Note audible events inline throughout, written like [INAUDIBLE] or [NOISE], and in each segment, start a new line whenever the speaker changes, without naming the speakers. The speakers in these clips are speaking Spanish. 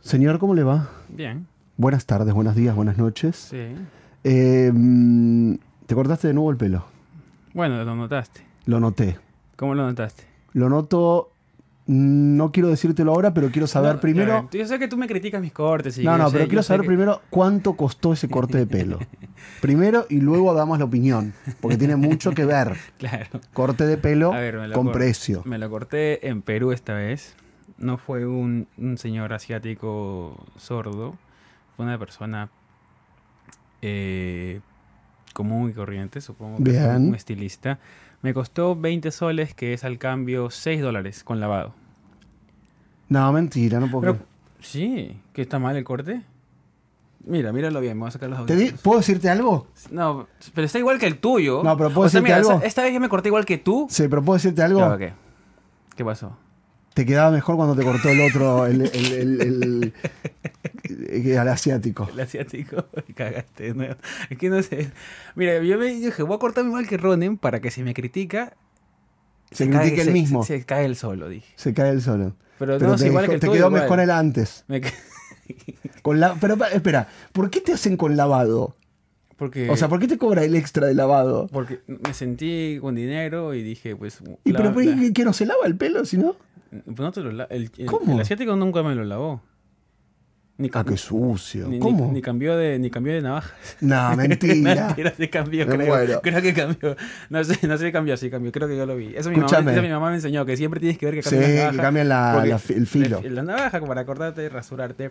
Señor, ¿cómo le va?
Bien,
Buenas tardes, buenos días, buenas noches.
sí.
Eh, mm, ¿Te cortaste de nuevo el pelo?
Bueno, lo notaste.
Lo noté.
¿Cómo lo notaste?
Lo noto. mm, No quiero decírtelo ahora, pero quiero saber
No,
primero.
ya, Yo sé que tú me criticas mis cortes. Y
no,
yo
no,
sé-
pero
yo
quiero
sé
saber
que-
primero cuánto costó ese corte de pelo. primero y luego damos la opinión, porque tiene mucho que ver.
[LAUGHS] Claro.
Corte de pelo
A ver, me lo
con
cor-
precio.
Me lo corté en Perú esta vez. No fue un, un señor asiático sordo. Fue una persona eh, común y corriente, supongo que fue
Bien.
un estilista. Me costó 20 soles, que es al cambio 6 dólares con lavado.
No, mentira, no puedo.
Pero,
creer.
sí, que está mal el corte. Mira, míralo bien, me voy a sacar los
¿Te di-
audífonos.
¿Puedo decirte algo?
No, pero está igual que el tuyo.
No, pero ¿puedo
o sea,
decirte
mira,
algo?
esa- Esta vez yo me corté igual que tú.
Sí, pero ¿puedo decirte algo?
Ya, ok. ¿Qué pasó? [LAUGHS]
Te quedaba mejor cuando te cortó el otro, el, el, el- el- el- al asiático.
El [LAUGHS] asiático, cagaste de nuevo. Es que no sé. Mira, yo me dije, voy a cortarme igual que Ronen para que si me critica.
Se critique
cae-
el mismo.
Se, se cae el solo, dije.
Se cae el solo.
Pero,
Pero,
no, es
te,
igual
dejó-
que el
te
tuyo,
quedó
igual.
mejor el antes.
Me ca-
Con la, pero pa- espera, ¿por qué te hacen con lavado?
Porque,
O sea, ¿por qué te cobra el extra de lavado?
porque me sentí con dinero y dije, pues.
¿Y
la-
pero por
la-
qué- que no se lava el pelo, si no?
Pues No te lo la- el, el-
¿Cómo?
el asiático nunca me lo lavó. Ni,
Ah,
cam-
qué sucio.
ni- ni-
¿Cómo?
ni cambió de ni cambió de navaja. [LAUGHS]
No, mentira.
Mentira, sí cambió,
Me
creo.
muero.
Creo que cambió. No sé, no sé si cambió, sí cambió. Creo que yo lo vi. Eso mi,
Escúchame.
mamá, eso mi mamá me enseñó, que siempre tienes que ver que
Sí,
cambian las
que
navajas.
cambian la-
porque
la fi- el filo.
La, la navaja para cortarte, rasurarte.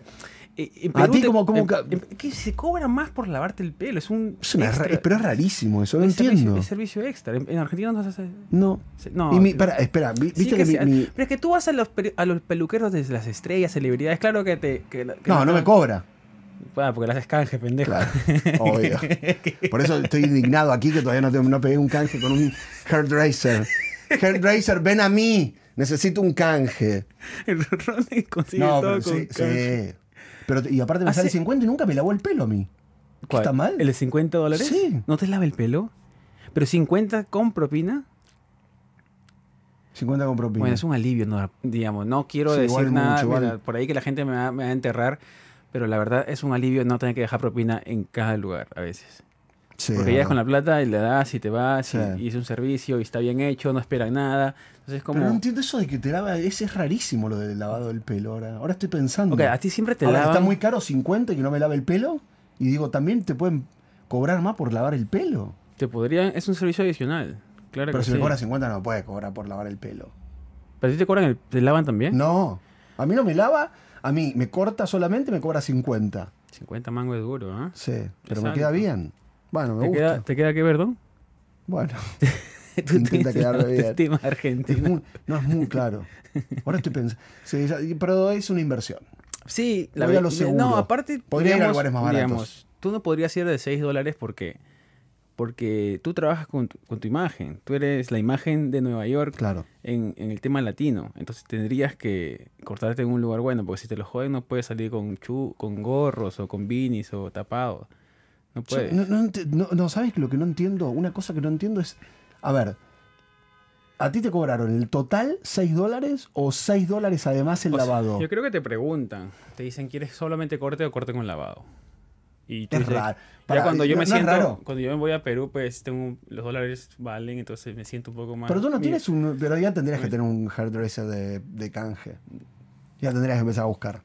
Y- en
¿A
Perú
ti
te-
cómo- cómo
en-
ca-
en- que se cobra más por lavarte el pelo. Es un
Es una ra-
extra.
pero es rarísimo eso, no
Es servicio-
entiendo.
es servicio extra. En, en Argentina no se hace...
No.
se- No,
Y mi-
sí.
pará, espera, vi-
Sí
viste
que
que, mi-
sí.
mi-
Pero es que tú vas a los, peri- a los peluqueros de las estrellas, celebridades, claro que te... que la- que
No, no me cobra.
Ah, porque las haces canje, pendejo. [LAUGHS]
Claro, obvio. Por eso estoy indignado aquí que todavía no, te- no pegué un canje con un hairdresser. Hairdresser, ven a mí. Necesito un canje.
El Ronnie consigue
no,
todo
pero
con
sí,
canje.
sí. Pero, te- y aparte me
Ah,
sale
sí.
50 y nunca me lavó el pelo a mí. ¿Qué
¿Cuál?
está mal?
¿El de 50 dólares?
Sí.
¿No te lava el pelo? ¿Pero 50 con propina?
50 con propina.
Bueno, es un alivio, no, digamos. No quiero
Sí,
decir
igual
nada
mucho, igual.
mira, por ahí que la gente me va, me va a enterrar, pero la verdad es un alivio no tener que dejar propina en cada lugar a veces.
Sí,
Porque ya es con la plata y le das y te vas
Sí.
y, y es un servicio y está bien hecho, no esperan nada. Entonces es
Pero no
como...
entiendo eso de que te lava. Ese es rarísimo lo del lavado del pelo ahora. Ahora estoy pensando.
Ok, a ti siempre te
ahora
lavan...
está muy caro 50 y que no me lave el pelo. Y digo, también te pueden cobrar más por lavar el pelo.
Te podrían... Es un servicio adicional. Claro
Pero
que
si
sí.
me cobra 50 no me puede cobrar por lavar el pelo.
¿Pero a ti te cobran el- ¿Te lavan también?
No, a mí no me lava, a mí me corta solamente, me cobra 50.
50 mango es duro, ¿ah?
Sí, pero
Es
me queda
alto.
bien. Bueno, me
¿Te
gusta.
queda, ¿Te queda
[LAUGHS]
qué, perdón?
Bueno,
Tú
Intenta
tienes
quedarme
una
bien.
autoestima
es
argentina.
muy- no es muy claro. Ahora estoy pensando. sí, ya- pero es una inversión.
[LAUGHS] Sí,
Voy
ve-
a lo seguro.
No, aparte.
Podría ir a
digamos-
lugares más baratos.
digamos, tú no podrías ir de 6 dólares porque. Porque tú trabajas con tu, con tu imagen. Tú eres la imagen de Nueva York
Claro.
en, en el tema latino. Entonces tendrías que cortarte en un lugar bueno. Porque si te lo joden, no puedes salir con chu, con gorros o con binis o tapado. No
Yo
puedes.
no, no ent- no- no, ¿sabes lo que no entiendo? Una cosa que no entiendo es. A ver, ¿a ti te cobraron el total 6 dólares o 6 dólares además el
O sea,
lavado?
yo creo que te preguntan. Te dicen, ¿quieres solamente corte o corte con lavado? Y tú
Es
dices,
raro.
Ya
Pará,
cuando yo
no-
me
no es
siento,
raro.
cuando yo me voy a Perú, pues tengo los dólares valen, entonces me siento un poco más.
Pero tú no
mi-
tienes un. Pero ya tendrías que tener un hairdresser de, de canje. Ya tendrías que empezar a buscar.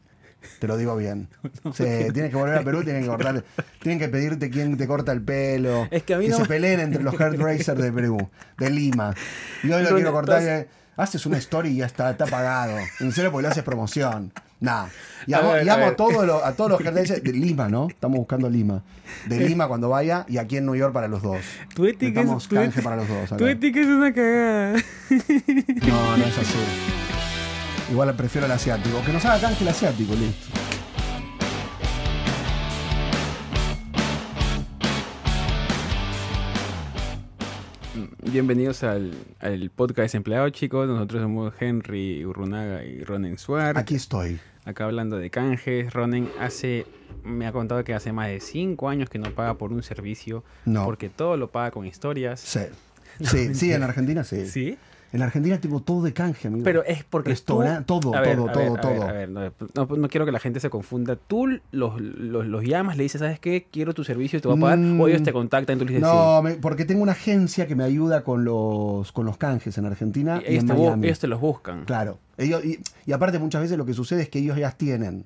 Te lo digo bien. Sí, tienes que volver a Perú, tienen que cortar, tienen que pedirte quién te corta el pelo.
Es que a mí no
se
me-
peleen entre los hairdressers de Perú, de Lima. Y hoy lo
Pero
quiero
no,
cortar. y-
entonces-
Haces una story y ya está, está pagado. En serio, porque le haces promoción. Nah. Y
A
amo,
ver,
y
a
amo a,
ver.
todos los, a todos los hairdressers de Lima, ¿no? Estamos buscando Lima. De Lima cuando vaya y aquí en New York para los dos.
Tu ética
Necesitamos
es, tu
canje
ética,
para los dos. acá.
tu ética es una cagada.
No, no es así. Igual prefiero el asiático. Que nos haga canje el asiático, listo.
Bienvenidos al, al podcast Empleados, chicos. Nosotros somos Henry Urrunaga y Ronen Suárez.
Aquí estoy.
Acá hablando de canjes. Ronen hace, me ha contado que hace más de 5 años que no paga por un servicio.
No. [LAUGHS]
Porque todo lo paga con historias.
Sí. Sí, sí, en Argentina sí.
¿Sí?
En la Argentina tengo todo de canje, amigo.
Pero es porque
Restaurante,
tú-
todo,
A ver,
todo,
a
todo,
ver, a ver,
todo.
a ver, no, no- no quiero que la gente se confunda. Tú los, los, los llamas, le dices, ¿sabes qué? Quiero tu servicio y te voy a pagar.
Mm.
O ellos te contactan y tú le dices,
No, me- porque tengo una agencia que me ayuda con los, con los canjes en Argentina
sí.
y, este
ellos,
en
te, bu-
Miami.
ellos te los buscan.
Claro. Ellos- y, y aparte muchas veces lo que sucede es que ellos ya tienen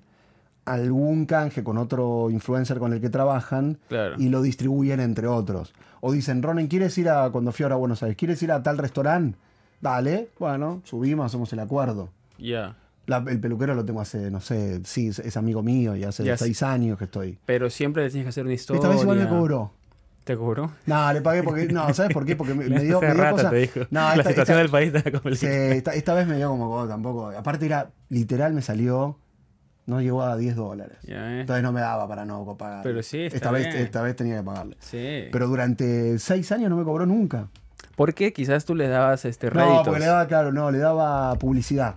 algún canje con otro influencer con el que trabajan
Claro.
y lo distribuyen entre otros. O dicen, Ronen, ¿quieres ir a, cuando fui ahora a Buenos Aires, ¿quieres ir a tal restaurante? Dale, bueno, subimos, hacemos el acuerdo.
Ya.
La- el peluquero lo tengo hace, no sé, sí, es- es amigo mío y hace
Ya sé.
seis años que estoy.
Pero siempre le tienes que hacer una historia.
Esta vez igual me cobró.
¿Te cobró?
No, le pagué porque. No, ¿sabes por qué? Porque me, me
[LAUGHS]
dio, me dio cosa. No,
la
esta,
situación
esta-
del país está complicada.
sí, esta- esta vez me dio como como tampoco. Aparte era, literal me salió, no llegó a 10 dólares.
Ya, eh.
Entonces no me daba para no pagar.
Pero sí, está
esta vez,
bien.
esta vez tenía que pagarle.
Sí.
Pero durante seis años no me cobró nunca.
¿Por qué quizás tú le dabas este
No,
réditos?
porque le daba, claro, no, le daba publicidad.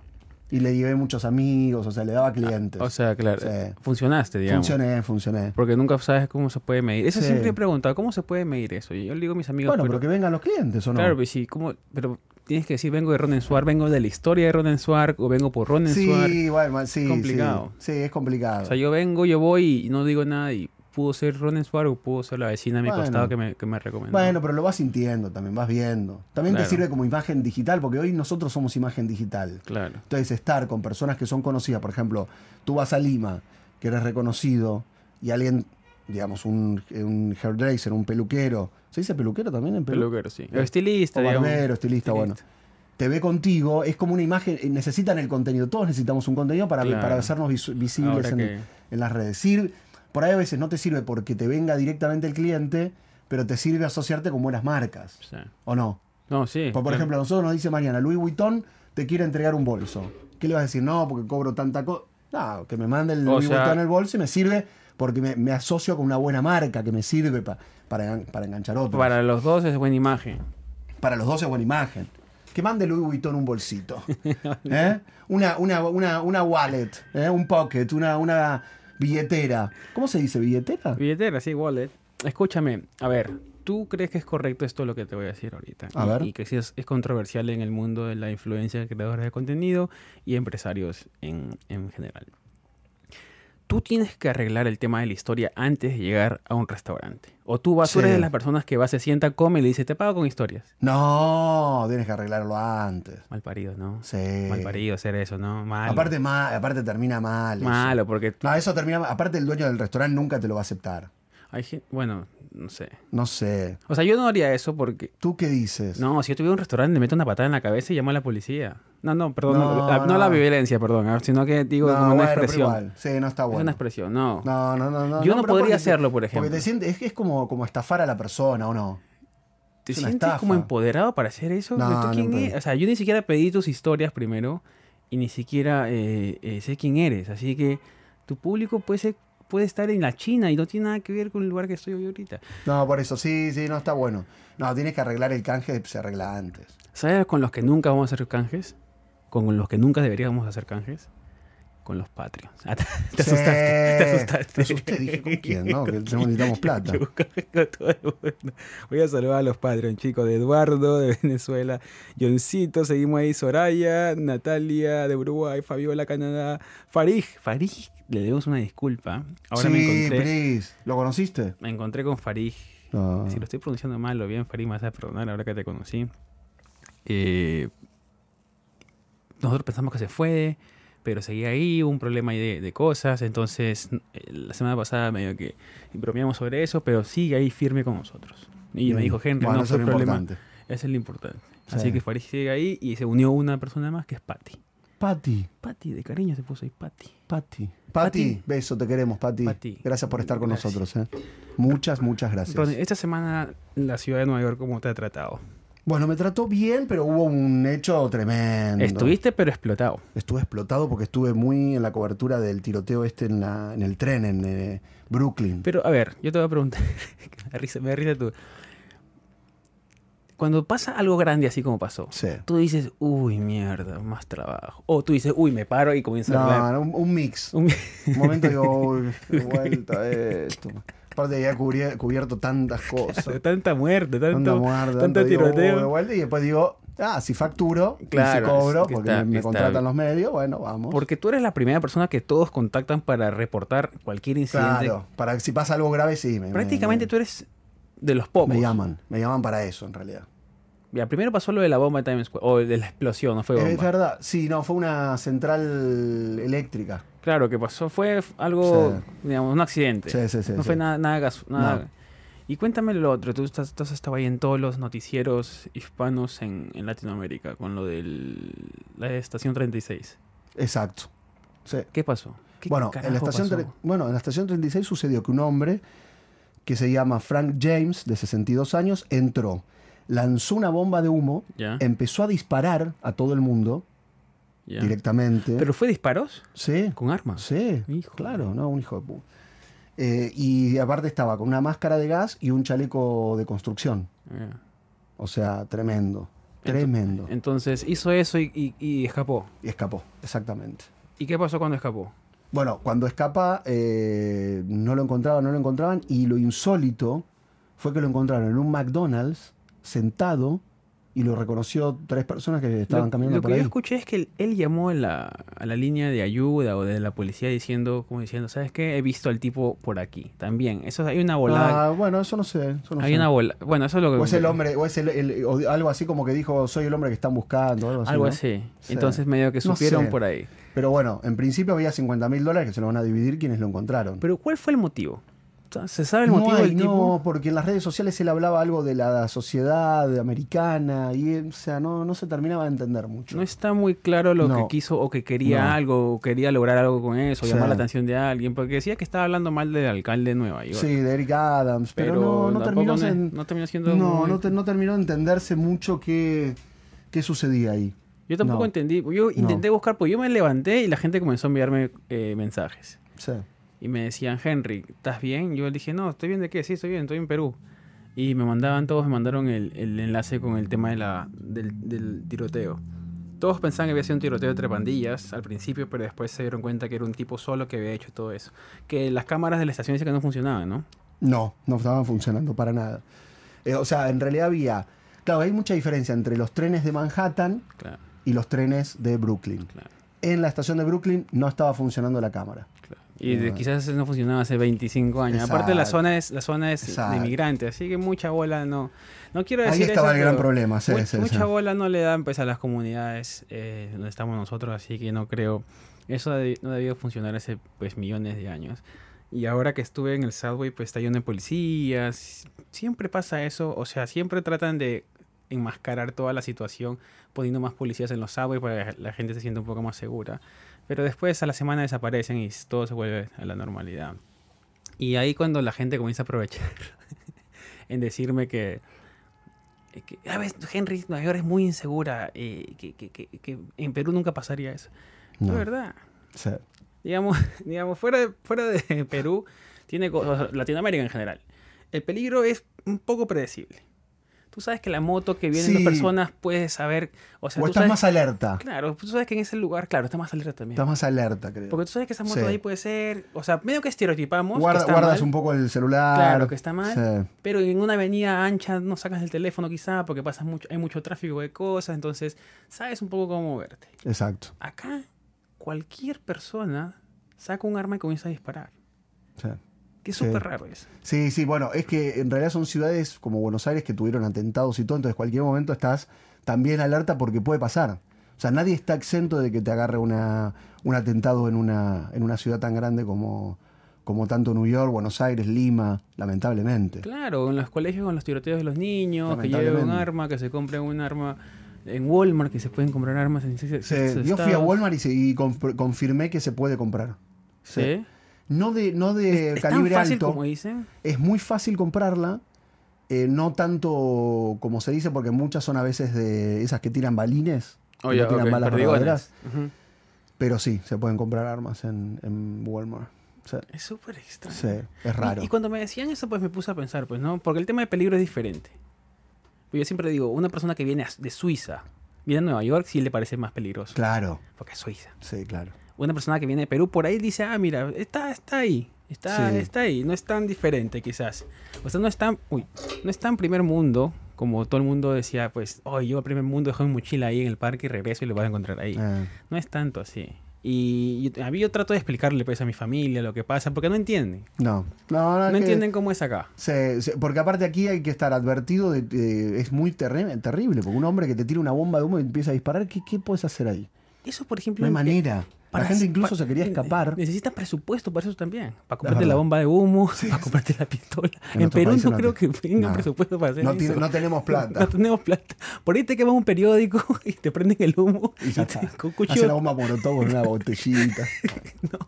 Y le llevé muchos amigos, o sea, le daba clientes.
Ah, O sea, claro.
Sí.
Funcionaste, digamos.
funcioné, funcioné.
Porque nunca sabes cómo se puede medir. Eso
Sí.
siempre he preguntado, ¿cómo se puede medir eso? Y Yo le digo a mis amigos,
Bueno,
pero-
pero que vengan los clientes, ¿o no?
claro, pues sí, ¿cómo? Pero tienes que decir, vengo de Ronen Suar, vengo de la historia de Ronen Suar, o vengo por Ronen Suar.
sí, bueno, sí, sí.
Complicado.
Sí, es complicado.
O sea, yo vengo, yo voy y no digo nada y pudo ser Ronen Suar o pudo ser la vecina a mi
Bueno.
costado que me, que me recomendó.
Bueno, pero lo vas sintiendo también, vas viendo. También
Claro.
te sirve como imagen digital, porque hoy nosotros somos imagen digital.
Claro.
Entonces, estar con personas que son conocidas, por ejemplo, tú vas a Lima, que eres reconocido, y alguien, digamos, un, un hairdresser, un peluquero, ¿se dice peluquero también en Perú?
Peluquero, sí. O estilista,
eh, O
digamos.
barbero, estilista, bueno. Te ve contigo, es como una imagen, eh, necesitan el contenido, todos necesitamos un contenido para,
Claro.
para hacernos visu- visibles
Ahora
en,
que-
en las redes. Sir- por ahí a veces no te sirve porque te venga directamente el cliente, pero te sirve asociarte con buenas marcas.
Sí.
¿O no?
No, sí.
Pues, Por, por
claro.
ejemplo, a nosotros nos dice Mariana, Luis Vuitton te quiere entregar un bolso. ¿Qué le vas a decir? No, porque cobro tanta cosa. No, que me mande el
O
Louis
sea-
Vuitton el bolso y me sirve porque me, me asocio con una buena marca que me sirve pa- para, engan- para enganchar otros. Para,
Para los dos es buena imagen.
los dos es buena imagen. Que mande Louis Vuitton un
[LAUGHS]
bolsito. ¿eh? una, una, una, una wallet, ¿eh? un pocket, una, una billetera. ¿Cómo se dice? ¿Billetera?
Billetera, sí, wallet. Escúchame, a ver, ¿tú crees que es correcto esto lo que te voy a decir ahorita?
A
y,
ver.
Y que sí es, es controversial en el mundo de la influencia, creadores de contenido y empresarios en, en general. Tú tienes que arreglar el tema de la historia antes de llegar a un restaurante. O tú vas, tú
Sí.
eres de las personas que va, se sienta, come y le dice, te pago con historias.
No, tienes que arreglarlo antes.
Mal parido, ¿no?
Sí.
Mal parido hacer eso, ¿no? Malo.
Aparte, ma- aparte termina mal. eso.
malo, porque
No, eso termina. Aparte, el dueño del restaurante nunca te lo va a aceptar.
hay gente, bueno, no sé.
No sé.
O sea, yo no haría eso porque
¿Tú qué dices?
No, si yo tuviera un restaurante, le meto una patada en la cabeza y llamo a la policía. No, no, perdón. No,
No,
la, no la
no.
violencia, perdón. ah, Sino que digo
No,
como una
bueno, pero
expresión.
igual. Sí, no está
Es una
bueno.
expresión, no.
No, no, no, no.
Yo no
pero
podría
porque-
hacerlo, por
Porque
ejemplo.
te sientes, es que es como, como estafar a la persona, ¿o no?
¿Te
es una
sientes
estafa.
como empoderado para hacer eso?
No,
¿Pero ¿Tú
no
quién
puedo.
eres? O sea, yo ni siquiera pedí tus historias primero y ni siquiera eh, eh, sé quién eres. Así que tu público puede, ser- puede estar en la China y no tiene nada que ver con el lugar que estoy hoy ahorita.
No, por eso, sí, sí, no está bueno. No, tienes que arreglar el canje, se arregla antes.
¿Sabes con los que nunca vamos a hacer canjes? Con los que nunca deberíamos hacer canjes. Con los Patreons. Ah, [LAUGHS] te, te
Sí.
asustaste. Te asustaste.
Me asusté, dije, ¿con quién? No,
[LAUGHS]
que necesitamos plata.
Yo buscaba todo el mundo. Voy a saludar a los Patreon, chicos, de Eduardo de Venezuela, Johncito, seguimos ahí, Soraya, Natalia de Uruguay, Fabiola Canadá, Farij. Farij, le debemos una disculpa.
sí,
Ahora me encontré.
please. ¿Lo conociste?
Me encontré con Farij.
No.
Si lo estoy pronunciando mal o bien, Farij, me vas a perdonar ahora que te conocí. Eh, nosotros pensamos que se fue, pero seguía ahí, hubo un problema ahí de, de cosas. Entonces, n- eh, la semana pasada medio que bromeamos sobre eso, pero sigue ahí firme con nosotros. Y me
Bien.
dijo, Henry,
Bueno,
no
eso
fue
es lo
problema.
importante.
Ese es lo importante.
Sí.
Así que Farij sigue ahí y se unió una persona más que es Patty.
Pati,
Patty, de cariño se puso ahí, Patty.
Pati.
Pati.
Pati, beso, te queremos, Pati.
Pati.
Gracias por estar con
Gracias. eh.
nosotros. ¿eh? Muchas, muchas gracias.
Ronnie, esta semana la ciudad de Nueva York, ¿cómo te ha tratado?
Bueno, me trató bien, pero hubo un hecho tremendo.
Estuviste, pero explotado.
Estuve explotado porque estuve muy en la cobertura del tiroteo este en, la- en el tren en eh, Brooklyn.
Pero, a ver, yo te voy a preguntar. [LAUGHS] que me da risa, me da risa tú. Cuando pasa algo grande así como pasó,
Sí.
tú dices, uy, mierda, más trabajo. O tú dices, uy, me paro y comienzo a
No,
hablar.
no, un, un mix.
Un- [LAUGHS]
Un momento digo, uy, de vuelta esto. Aparte ya cubría- cubierto tantas cosas.
De tanta muerte, tanto,
Tanta muerte,
tanto
tanto digo, "Oh, de
tiroteo.
vuelta", y después digo, ah, si facturo,
Claro,
y si cobro,
es que
porque
está-
me, me
está-
contratan los medios, bueno, vamos.
Porque tú eres la primera persona que todos contactan para reportar cualquier incidente.
claro, para que si pasa algo grave, sí. me- me-
Prácticamente
me,
tú eres de los pocos.
me llaman, me llaman para eso en realidad.
Ya, primero pasó lo de la bomba de Times Square, o de la explosión, no fue bomba.
Es verdad, sí, no, fue una central eléctrica.
Claro, que pasó fue algo,
Sí.
digamos, un accidente.
Sí, sí, sí,
no fue
sí.
nada, nada, gas- nada-
No.
Y cuéntame lo otro, tú estás, estás estaba ahí en todos los noticieros hispanos en, en Latinoamérica con lo de la estación 36.
Exacto. Sí.
¿Qué pasó? ¿Qué
Bueno, en la
carajo
estación
pasó?
tre- bueno, en la estación 36 sucedió que un hombre que se llama Frank James, de 62 años, entró, lanzó una bomba de humo,
Ya,
empezó a disparar a todo el mundo
ya.
directamente.
Pero fue disparos
sí,
con armas.
sí,
Hijo.
claro, no, un hijo de puta. Eh, y aparte estaba con una máscara de gas y un chaleco de construcción.
Ya.
O sea, tremendo, tremendo.
Entonces hizo eso y, y- y escapó.
y escapó, exactamente.
¿Y qué pasó cuando escapó?
Bueno, cuando escapa, eh, no lo encontraban, no lo encontraban, y lo insólito fue que lo encontraron en un McDonald's, sentado, y lo reconoció tres personas que estaban
lo,
caminando
lo
por
que yo
ahí.
escuché es que él, él llamó a la, a la línea de ayuda o de la policía diciendo, como diciendo, ¿sabes qué? He visto al tipo por aquí. También. Eso hay una volada.
Ah, bueno, eso no sé. Eso no
hay
sé.
una bola. Bueno, eso es lo que.
O es el hombre, o es el, el- o algo así como que dijo, soy el hombre que están buscando, algo así.
Algo
¿no?
así.
Sí.
Entonces medio que
No
supieron
sé.
por ahí.
Pero bueno, en principio había 50 mil dólares que se lo van a dividir quienes lo encontraron.
Pero ¿cuál fue el motivo? O sea, ¿Se sabe el motivo
no, hay,
del
no,
tipo?
porque en las redes sociales él hablaba algo de la sociedad americana y, eh, o sea, no, no se terminaba de entender mucho.
No está muy claro lo que
No.
quiso o que quería
No.
algo, o quería lograr algo con eso,
Sí.
llamar la atención de alguien, porque decía que estaba hablando mal del alcalde de Nueva York.
Sí, de Eric Adams, pero,
pero
no, no
tampoco
terminó
no, es-
en-
no terminó siendo.
no,
muy-
no te- no terminó de entenderse mucho qué, qué sucedía ahí.
Yo tampoco
No.
entendí. Yo intenté buscar, pues yo me levanté y la gente comenzó a enviarme eh, mensajes.
Sí.
Y me decían, Henry, ¿estás bien? Yo le dije, no, ¿estoy bien de qué? Sí, estoy bien, estoy en Perú. Y me mandaban, todos me mandaron el, el enlace con el tema de la, del, del tiroteo. Todos pensaban que había sido un tiroteo entre pandillas al principio, pero después se dieron cuenta que era un tipo solo que había hecho todo eso. Que las cámaras de la estación dicen que no funcionaban, ¿no?
No, no estaban funcionando para nada. Eh, o sea, en realidad había. Claro, hay mucha diferencia entre los trenes de Manhattan
Claro,
y los trenes de Brooklyn.
claro,
En la estación de Brooklyn no estaba funcionando la cámara.
claro. Y de- quizás no funcionaba hace 25 años. Aparte, la
Exacto.
zona es, la zona es de
Exacto.
inmigrantes, así que mucha bola no. No quiero
Ahí
decir
estaba
eso,
el gran
pero-
problema. sí,
Mu-
sí,
mucha
sí.
bola no le dan pues a las comunidades eh, donde estamos nosotros, así que no creo. Eso debi- no debió funcionar hace pues millones de años. Y ahora que estuve en el subway, pues está lleno de policías. Siempre pasa eso, o sea, siempre tratan de enmascarar toda la situación poniendo más policías en los subways para que la gente se sienta un poco más segura. Pero después a la semana desaparecen y todo se vuelve a la normalidad. Y ahí cuando la gente comienza a aprovechar [LAUGHS] en decirme que, que, a ver, Henry, Nueva York es muy insegura, eh, que, que- que- que en Perú nunca pasaría eso.
No,
Es verdad.
sí.
Digamos, [LAUGHS] digamos fuera, de, fuera de [LAUGHS] Perú, tiene cosas, Latinoamérica en general. El peligro es un poco predecible. Tú sabes que la moto que vienen
Sí.
las personas puedes saber, o sea,
o
tú
estás
sabes,
más alerta.
claro, pues tú sabes que en ese lugar, claro, está más alerta también.
Estás más alerta, creo.
Porque tú sabes que esa moto
Sí.
de ahí puede ser, o sea, medio que estereotipamos, que
Guarda-
está
guardas
mal,
un poco el celular.
Claro, que está mal.
Sí.
pero en una avenida ancha no sacas el teléfono quizá porque pasa mucho, hay mucho tráfico de cosas, entonces sabes un poco cómo moverte.
Exacto.
Acá cualquier persona saca un arma y comienza a disparar.
sí.
Que es
Sí.
súper raro eso.
Sí, sí, bueno, es que en realidad son ciudades como Buenos Aires que tuvieron atentados y todo, entonces cualquier momento estás también alerta porque puede pasar. O sea, nadie está exento de que te agarre una, un atentado en una, en una ciudad tan grande como, como tanto New York, Buenos Aires, Lima, lamentablemente.
Claro, en los colegios con los tiroteos de los niños, que lleven un
Lamentablemente.
arma, que se compren un arma en Walmart, que se pueden comprar armas en
O
ciertos
sea, yo fui a
estados.
Walmart y, se- y conf- confirmé que se puede comprar.
Sí.
No de, no de
¿Es tan
calibre
fácil
alto.
como dicen?
Es muy fácil comprarla. eh, no tanto como se dice, porque muchas son a veces de esas que tiran balines. que
Oye,
no tiran
Oh, ok,
balas
perdigones.
verdaderas.
Ujú.
Pero sí, se pueden comprar armas en, en Walmart. Sí,
Es súper extraño.
sí, es raro.
Y, y cuando me decían eso, pues me puse a pensar, pues, ¿no? Porque el tema de peligro es diferente. Pues, Yo siempre digo, una persona que viene a- de Suiza, viene a Nueva York, sí le parece más peligroso.
Claro,
Porque es Suiza.
sí, claro.
Una persona que viene de Perú, por ahí dice, ah, mira, está, está ahí. Está,
Sí.
está ahí, no es tan diferente quizás. O sea, no es tan, uy, no es tan primer mundo como todo el mundo decía, pues, hoy yo al primer mundo dejo mi mochila ahí en el parque y regreso y lo vas a encontrar ahí.
Ah,
No es tanto así. Y yo- a mí yo trato de explicarle pues a mi familia lo que pasa, porque no entienden.
no. No, no,
No
es Ah, que-
entienden cómo es acá.
se- se- porque aparte aquí hay que estar advertido de, de- es muy terri- terrible, porque un hombre que te tira una bomba de humo y empieza a disparar, ¿qué, qué puedes hacer ahí?
Eso, por ejemplo...
No hay
eh,
manera. La
para-
gente incluso
pa-
se quería escapar.
[LAUGHS] Necesitas presupuesto para eso también. Para comprarte la
verdad.
bomba de
[LAUGHS]
humo, para comprarte la pistola.
En
En,
otros
Perú
países
no,
no
creo que
tiene-
tengan
no.
presupuesto para hacer
No,
eso.
tiene- no tenemos plata.
[LAUGHS] No tenemos plata. Por ahí te queman un periódico [LAUGHS] y te prenden el humo
Y
y,
ya
te,
está.
[LAUGHS]
Hace la
con cuchillo.
bomba molotov
[LAUGHS]
en una botellita.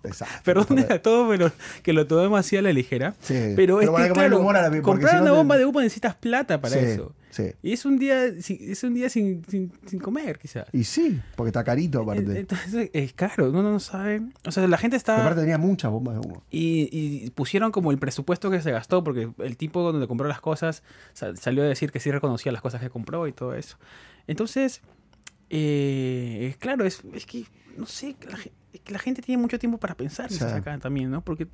Desastre.
Perdón a todos pero que lo tomemos así a la ligera.
Sí. Pero
Pero, es
bueno, hay
que,
que ponerle
claro,
humor a la- porque
comprar
si no
una
te-
bomba de humo necesitas plata para
Sí,
eso.
sí.
Y es un día, si- es un día sin, sin, sin comer, quizás.
Y sí, porque está carito aparte.
Entonces, es caro, uno no sabe. O sea, la gente
Y
Eh, está.
aparte tenía muchas bombas de humo.
Y, y pusieron como el presupuesto que se gastó, porque el tipo donde compró las cosas sa- salió a decir que sí reconocía las cosas que compró y todo eso. Entonces, eh, claro, es, es que, no sé, que la, ge- es que la gente tiene mucho tiempo para pensar
Sí.
quizás, acá también, ¿no? Porque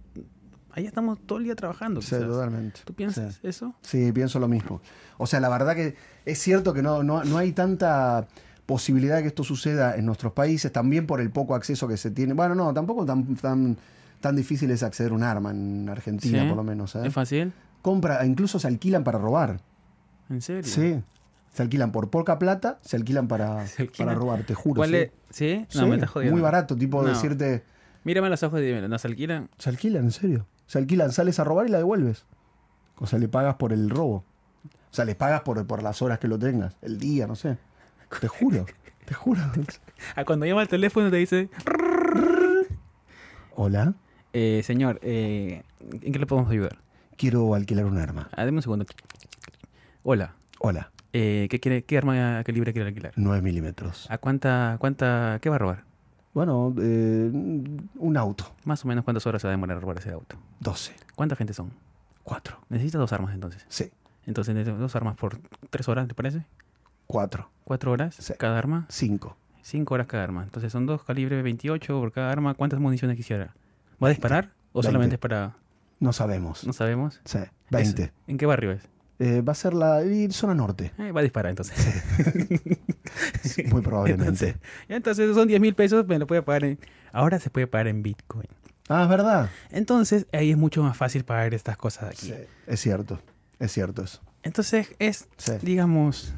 allá estamos todo el día trabajando.
Sí,
quizás.
totalmente.
¿Tú piensas
Sí.
eso?
Sí, pienso lo mismo. O sea, la verdad que es cierto que no, no, no hay tanta posibilidad de que esto suceda en nuestros países, también por el poco acceso que se tiene. Bueno, no, tampoco tan, tan, tan difícil es acceder a un arma en Argentina,
Sí.
por lo menos. ¿eh?
¿Es fácil?
Compra, incluso se alquilan para robar.
¿En serio?
Sí. Se alquilan por poca plata, se alquilan para,
[LAUGHS] Se alquilan.
para robar, te juro.
¿Cuál
sí.
es? ¿Sí? No,
Sí,
me estás jodiendo.
Muy barato, tipo
No.
decirte,
Mírame a los ojos y dímelo, ¿nos alquilan?
se alquilan, en serio. Se alquilan, sales a robar y la devuelves. O sea, le pagas por el robo. O sea, les pagas por, por las horas que lo tengas, el día, no sé. Te juro, te juro.
Ah, cuando llama al teléfono te dice,
Hola,
eh, señor, eh, ¿en qué le podemos ayudar?
quiero alquilar un arma.
Ah, deme un segundo. Hola.
Hola,
eh, ¿qué, quiere, ¿Qué arma calibre quiere alquilar?
9 milímetros.
¿A cuánta, cuánta, qué va a robar?
Bueno, eh, un auto,
Más o menos cuántas horas se va a demorar a robar ese auto.
12,
¿Cuánta gente son?
4,
Necesitas dos armas entonces.
sí,
Entonces, necesitas dos armas por tres horas, ¿te parece?
4,
¿Cuatro horas
Sí.
cada arma?
5.
Cinco horas cada arma. Entonces, son dos calibres 28 por cada arma. ¿Cuántas municiones quisiera? ¿Va a disparar? ¿O
Veinte.
solamente es para.?
No sabemos.
No sabemos.
Sí, 20.
Es- ¿En qué barrio es?
Eh, va a ser la y zona norte,
Eh, va a disparar entonces.
[LAUGHS] muy
[LAUGHS]
probablemente.
Entonces, ya, entonces son 10 mil pesos, me lo puede pagar en... Ahora se puede pagar en Bitcoin.
ah, es verdad.
Entonces ahí es mucho más fácil pagar estas cosas aquí.
Es cierto, es cierto eso.
Entonces es,
Sí.
digamos...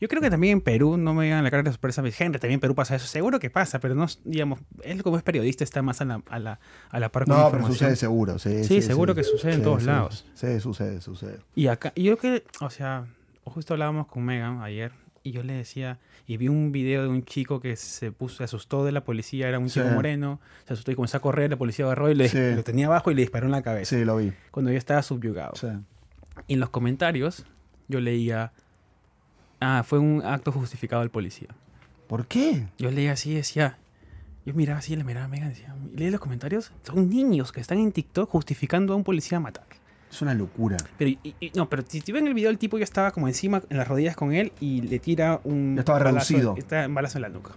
Yo creo que también en Perú, no me digan la cara de sorpresa, me dicen, Henry, también en Perú pasa eso. Seguro que pasa, pero no, digamos, él como es periodista está más a la, a la, a la par con la
No, pero
información.
sucede seguro. Sí,
Sí, seguro que sucede en todos lados.
Sí, sucede, sucede.
Y acá, y yo creo que, o sea, justo hablábamos con Megan ayer y yo le decía, y vi un video de un chico que se puso, se asustó de la policía, era un
Sí.
chico moreno, se asustó y comenzó a correr, la policía agarró y le,
Sí.
lo tenía abajo y le disparó en la cabeza,
Sí, lo vi.
cuando yo estaba subyugado.
Sí.
Y en los comentarios yo leía, ah, fue un acto justificado del policía.
¿Por qué?
Yo leía así, decía, yo miraba así, le miraba a Megan, decía, y leía los comentarios, son niños que están en TikTok justificando a un policía a matar.
Es una locura.
Pero, y- y- no, pero si, si ven el video, el tipo ya estaba como encima, en las rodillas con él y le tira un.
Ya estaba
balazo-
reducido.
Está un balazo en la nuca.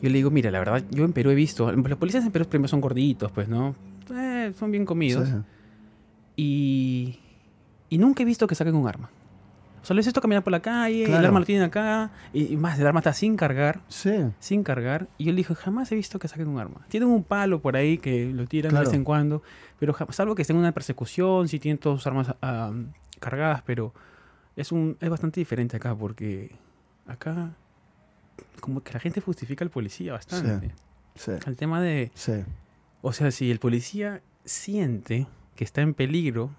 Yo le digo, mira, la verdad, yo en Perú he visto. Los policías en Perú primero son gorditos, pues, ¿no? Eh, son bien comidos.
Sí.
Y. Y nunca he visto que saquen un arma. Solo es esto caminar por la calle, el
Claro.
arma lo tienen acá, y, y más, el arma está sin cargar,
Sí.
sin cargar. Y yo le dije, jamás he visto que saquen un arma. Tienen un palo por ahí que lo tiran
Claro.
de vez en cuando, pero jam- salvo que estén en una persecución, si tienen todas sus armas ah, cargadas, pero es, un, es bastante diferente acá, porque acá como que la gente justifica al policía bastante.
Sí.
El tema de,
Sí.
o sea, si el policía siente que está en peligro,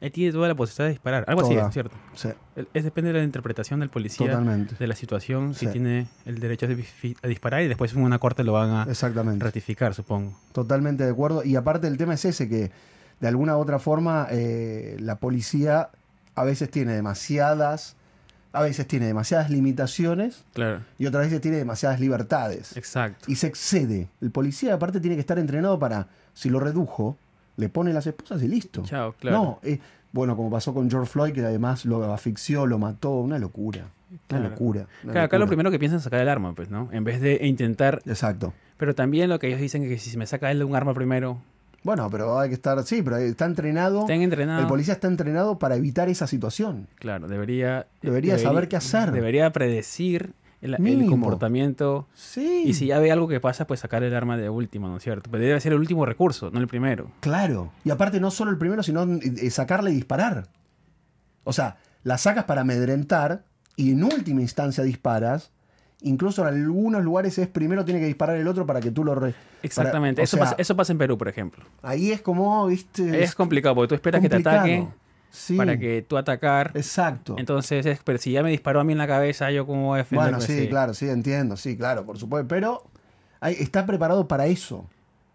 él tiene toda la posibilidad de disparar. Algo así,
Toda.
es cierto.
Sí.
El- Es, depende de la interpretación del policía
Totalmente.
de la situación, si
Sí.
tiene el derecho de fi- a disparar y después en una corte lo van a
Exactamente.
ratificar, supongo.
Totalmente de acuerdo. Y aparte el tema es ese, que de alguna u otra forma eh, la policía a veces tiene demasiadas, a veces tiene demasiadas limitaciones
Claro.
y otras veces tiene demasiadas libertades.
Exacto.
y se excede. El policía, aparte, tiene que estar entrenado para, si lo redujo, le pone las esposas y listo.
Chao, claro.
No, eh, bueno, como pasó con George Floyd, que además lo asfixió, lo mató, una locura. Una
Claro.
locura. una
Claro, acá lo
locura.
primero que piensan es sacar el arma, pues, ¿no? En vez de intentar...
Exacto.
Pero también lo que ellos dicen es que si me saca él un arma primero,
Bueno, pero hay que estar. Sí, pero está entrenado.
estén entrenados.
El policía está entrenado para evitar esa situación.
Claro, debería,
Debería saber qué hacer.
Debería predecir el, el
Mínimo.
comportamiento.
Sí.
Y si ya ve algo que pasa, pues sacar el arma de último, ¿no es cierto? Pero debe ser el último recurso, no el primero.
Claro. Y aparte, no solo el primero, sino eh, sacarle y disparar. O sea, la sacas para amedrentar y en última instancia disparas. Incluso en algunos lugares es primero tiene que disparar el otro para que tú lo. re- para-
Exactamente.
o
eso,
sea,
pasa, eso pasa en Perú, por ejemplo.
Ahí es como, viste.
Es complicado porque tú esperas
complicado.
que te ataque
Sí,
para que tú atacar.
Exacto.
Entonces, es- pero si ya me disparó a mí en la cabeza, yo cómo voy a defender.
Bueno,
Pues,
sí, claro, sí, entiendo, sí, claro, por supuesto. Pero hay- está preparado para eso.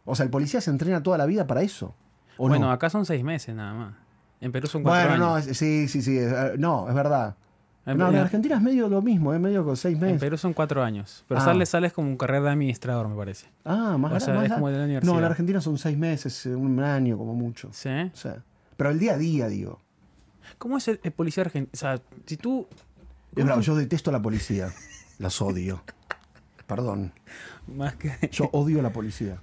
O sea, el policía se entrena toda la vida para eso. ¿o
Bueno,
no?
acá son seis meses nada más. En Perú son cuatro
bueno, no,
años.
es- sí, sí, sí. es- eh, no, es verdad.
Ah, En-
no, en
en-
Argentina es medio lo mismo, es medio con seis
en
meses.
Perú son cuatro años. Pero
Ah.
sales, sales como un carrera de administrador, me parece.
ah, más
o
gra-
sea,
más
es
gra-
como de la
No, en
universidad.
Argentina son seis meses, eh, un año como mucho.
¿Sí?
O sea, pero el día a día, digo.
¿Cómo es el, el policía argentino? O sea, si tú.
Es bravo, yo detesto a la policía. Las odio. Perdón.
Más que. [LAUGHS]
Yo odio a la policía.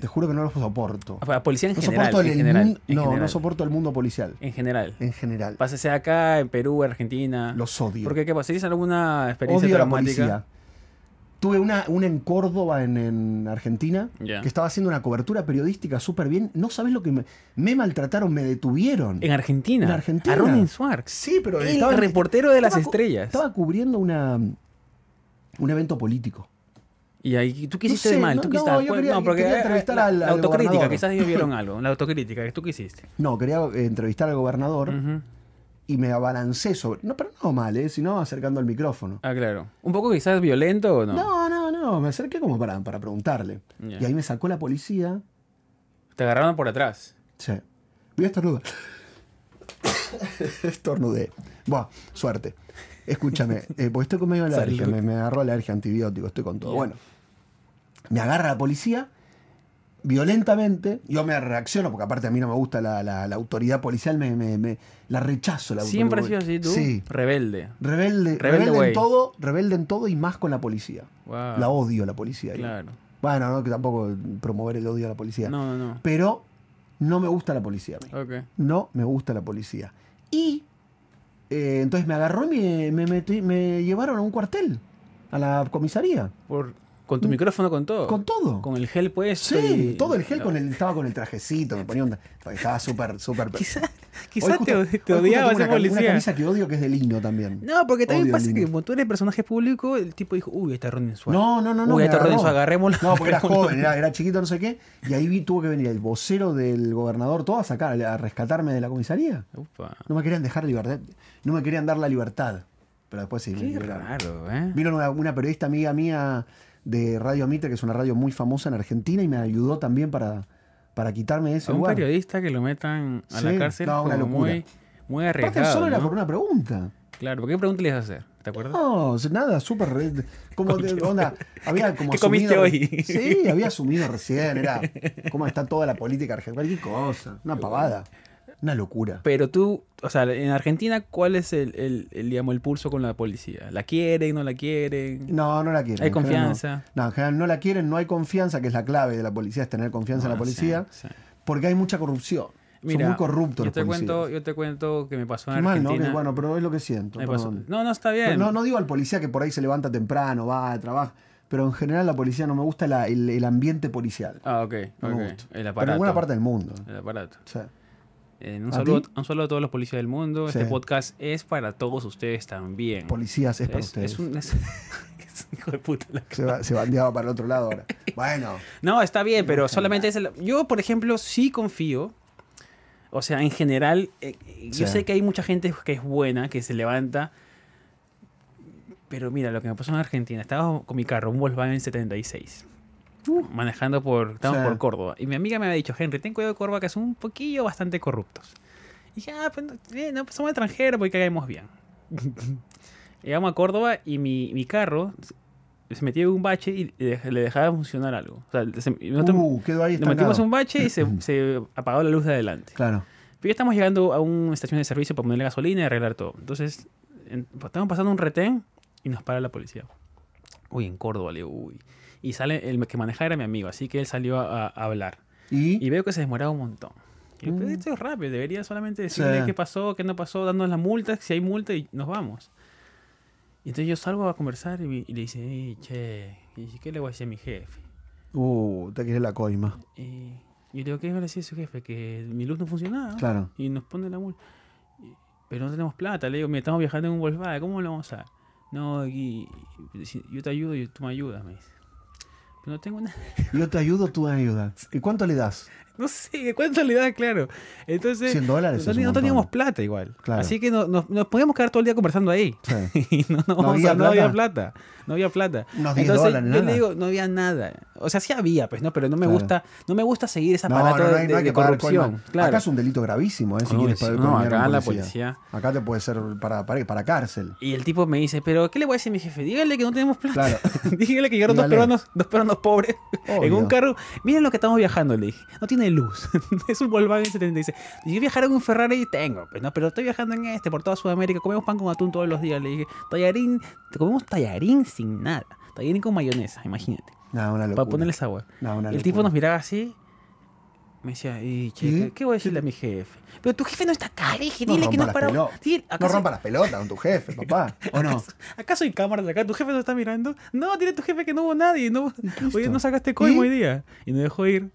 Te juro que no los soporto.
O sea, policía en
No
general.
soporto el,
en general,
mun-
en
no,
general,
no soporto el mundo policial.
En general.
En general.
Pásese acá, en Perú, Argentina.
Los odio.
Porque, ¿qué pasa? ¿Tienes alguna experiencia
odio a la
traumática?
policía. Tuve una, una en Córdoba, en, en Argentina,
Ya.
que estaba haciendo una cobertura periodística súper bien. No sabes lo que me, me maltrataron, me detuvieron.
En Argentina.
En Argentina.
A Ronen Suárez.
Sí, pero
El
estaba
reportero de las
estaba cu-
estrellas.
Estaba cubriendo una, un evento político.
Y ahí, ¿tú qué
No
hiciste
sé,
de mal?
no-
¿Tú
no,
qué pues? hiciste?
yo quería- quería entrevistar
eh, la,
al-
la
al
autocrítica,
gobernador.
quizás
[LAUGHS]
ellos vieron algo. La autocrítica, ¿tú qué hiciste?
No, quería eh, entrevistar al gobernador
Ujú.
y me abalancé sobre. No, pero no mal, eh, sino acercando el micrófono.
Ah, claro. ¿Un poco quizás violento o no?
No, no, no, me acerqué como para, para preguntarle.
Ya.
Y ahí me sacó la policía.
Te agarraron por atrás.
Sí. Voy a estornudar. [LAUGHS] Estornudé. Buah, suerte.
[LAUGHS]
Escúchame, eh, porque estoy con medio alergia,
Salud.
me, me agarró alergia, antibiótico, estoy con todo.
Bien.
Bueno, me agarra la policía violentamente, yo me reacciono, porque aparte a mí no me gusta la, la- la autoridad policial, me, me- me- la rechazo. La
Siempre has sido
autoridad
así tú.
policial. Sí,
Rebelde.
rebelde,
Rebelde
rebelde en
güey.
todo, rebelde en todo y más con la policía.
Wow.
La odio a la policía.
Claro.
Bueno, no, que tampoco promover el odio a la policía.
No, no, no.
Pero no me gusta la policía a mí
Ok.
no me gusta la policía. Y eh, entonces me agarró y me, me metí- me llevaron a un cuartel, a la comisaría,
Por, con tu micrófono, con todo.
Mm. con todo.
Oh, Con el gel puesto.
sí,
y-
todo el gel
No. [LAUGHS]
con el, estaba con el trajecito, me ponía un, estaba súper, súper.
Quizás
Hoy
quizás
justo- hoy justo
te, te
tengo
odiaba
una
ese
cam- Una
policía.
camisa que odio que es del himno también.
No, porque también
Odio
pasa
el
que
himno.
como tú eres personaje público, el tipo dijo, uy, ahí está Ronin Suárez.
No, no, no, no.
Uy,
me
ahí está Ronin
agarró.
Suárez, agarrémoslo. [LAUGHS]
No, porque era [LAUGHS] joven, era, era chiquito, no sé qué. Y ahí vi, tuvo que venir el vocero del gobernador, todo a sacar, a rescatarme de la comisaría.
Upa.
No me querían dejar libertad, no me querían dar la libertad. Pero después sí, me
Qué
liberaron.
raro, ¿eh?
Vino una, una periodista amiga mía de Radio Mitre, que es una radio muy famosa en Argentina, y me ayudó también para, para quitarme de ese
A un
lugar.
periodista que lo metan a
Sí,
la cárcel
no, una
como
locura.
muy, muy
Aparte,
arriesgado,
solo era
¿no?
por una pregunta.
Claro, ¿por qué pregunta le ibas a hacer? ¿Te acuerdas?
No, nada, súper. re-
[LAUGHS]
Como
¿Con
de-
qué-
onda, había como
¿Qué comiste
asumido-
hoy? [LAUGHS]
Sí, había asumido recién, era cómo está toda la política argentina, cualquier cosa, una pavada, una locura.
Pero tú, o sea, en Argentina, ¿cuál es el, el, el, digamos, el pulso con la policía? ¿La quieren, no la quieren?
No, no la quieren.
Hay
en general no.
confianza.
No, en general no la quieren, no hay confianza, que es la clave de la policía, es tener confianza en la
No, Ah, sí,
policía,
sí.
porque hay mucha corrupción.
Mira,
Son muy corruptos
yo
los
te
policías.
cuento, yo te cuento que me pasó en
Qué mal, ¿no?
Argentina.
Que, bueno, pero es lo que siento.
Me pasó-
perdón.
No, no está bien.
Pero No, no digo al policía que por ahí se levanta temprano, va, trabaja. Pero en general la policía no me gusta la- el, el ambiente policial.
Ah, ok, ok.
No me gusta.
El
Por
aparato.
ninguna parte del mundo.
El aparato.
O sea,
Eh, un,
¿A
saludo,
ti?
un saludo a todos los policías del mundo.
Sí.
Este podcast es para todos ustedes también.
policías es para
es,
ustedes.
es un, [LAUGHS] es- es un hijo de puta. la-
Se, va- se bandeaba para el otro lado ahora. Bueno,
No, está bien, pero solamente es el- Yo, por ejemplo, sí confío. O sea, en general, eh, eh, yo
Sí.
sé que hay mucha gente que es buena, que se levanta. Pero mira, lo que me pasó en Argentina. Estaba con mi carro, un Volkswagen 76. Uh, manejando por, estamos
Sí.
por Córdoba. Y mi amiga me había dicho, Henry, ten cuidado de Córdoba, que son un poquillo bastante corruptos. Y dije, ah, pues no, eh, no, pues somos extranjeros, porque caemos bien. [LAUGHS] Llegamos a Córdoba y mi, mi carro se metió en un bache y le, dej- le dejaba funcionar algo. O sea, se- nosotros
uh, quedó ahí
nos metimos
estancado.
en un bache
[LAUGHS]
y se, se apagó la luz de adelante.
Claro.
Pero ya estamos llegando a una estación de servicio para ponerle gasolina y arreglar todo. Entonces, en- pues, estamos pasando un retén y nos para la policía. Uy, en Córdoba, le digo, uy. Y sale, el que manejaba era mi amigo, así que él salió a, a hablar.
Y,
Y veo que se demoraba un montón. Y yo,
Mm.
"Pero esto es rápido, debería solamente decirle
Sí.
qué pasó, qué no pasó, dándonos las multas, si hay multa y nos vamos. Y entonces yo salgo a conversar y, me- y le dice, "Ey, che, y dice, ¿qué le voy a decir a mi jefe?
uh, te quiere la
[LAUGHS]
coima.
Y yo le digo, ¿qué le voy a decir a su jefe? Que mi luz no funcionaba.
Claro.
Y nos pone la multa. Y- Pero no tenemos plata. Le digo, mira, estamos viajando en un Volkswagen, ¿cómo lo vamos a...? No, y, y- si yo te ayudo y tú me ayudas, me dice. Pero no tengo nada.
Yo te ayudo, tú me ayudas. ¿Y cuánto le das?
[LAUGHS] No sé, ¿cuánto le da? Claro. Entonces...
100 dólares.
No,
es
teni-
un
no teníamos
montón.
plata igual.
Claro.
Así que no- nos, nos podíamos quedar todo el día conversando ahí.
Sí.
[LAUGHS] Y no,
¿No
no, o
había
sea, no había plata. No había plata.
Unos 10
Entonces
dólares,
yo
nada.
le digo, no había nada. O sea, sí había, pues, ¿no? Pero no me
Claro.
gusta, no me gusta seguir ese
No, no,
aparato
no
de,
hay, no hay
de
que pagar
corrupción.
coima.
Claro.
Acá es un delito gravísimo, ¿eh? Si
No,
quieres
es-
pagar
no,
coima a un
acá la
policía. Acá te puede ser para, para, para cárcel.
Y el tipo me dice, pero ¿qué le voy a decir a mi jefe? Dígale que no tenemos plata.
Claro.
[LAUGHS] Dígale que llegaron dos
Dígale.
peruanos, dos peruanos pobres en
Obvio.
un carro. Miren lo que estamos viajando, le dije. No tiene luz. [LAUGHS] es un Volkswagen 76. Y yo viajar en un Ferrari tengo, pues no, pero estoy viajando en este por toda Sudamérica. Comemos pan con atún todos los días, le dije. Tallarín, comemos tallarín sin nada. Tallarín con mayonesa, imagínate.
No, una locura.
Para ponerle sabor.
No, una
El tipo
locura.
nos miraba así. Me decía, "Y, che,
¿Y?
¿qué- ¿qué voy a decirle a mi jefe? Pero tu jefe no está acá, le dije,
No
dile que
rompa
nos
las
paramos.
pelotas.
Dile,
No
¿acaso-
rompa las pelotas con tu
[LAUGHS]
jefe, papá. ¿O no?
¿Acaso- ¿Acaso hay cámaras acá? ¿Tu jefe no está mirando? No, dile a tu jefe que no hubo nadie. No,
Listo.
hoy no sacaste
¿Y?
coimo hoy día. Y nos dejó ir.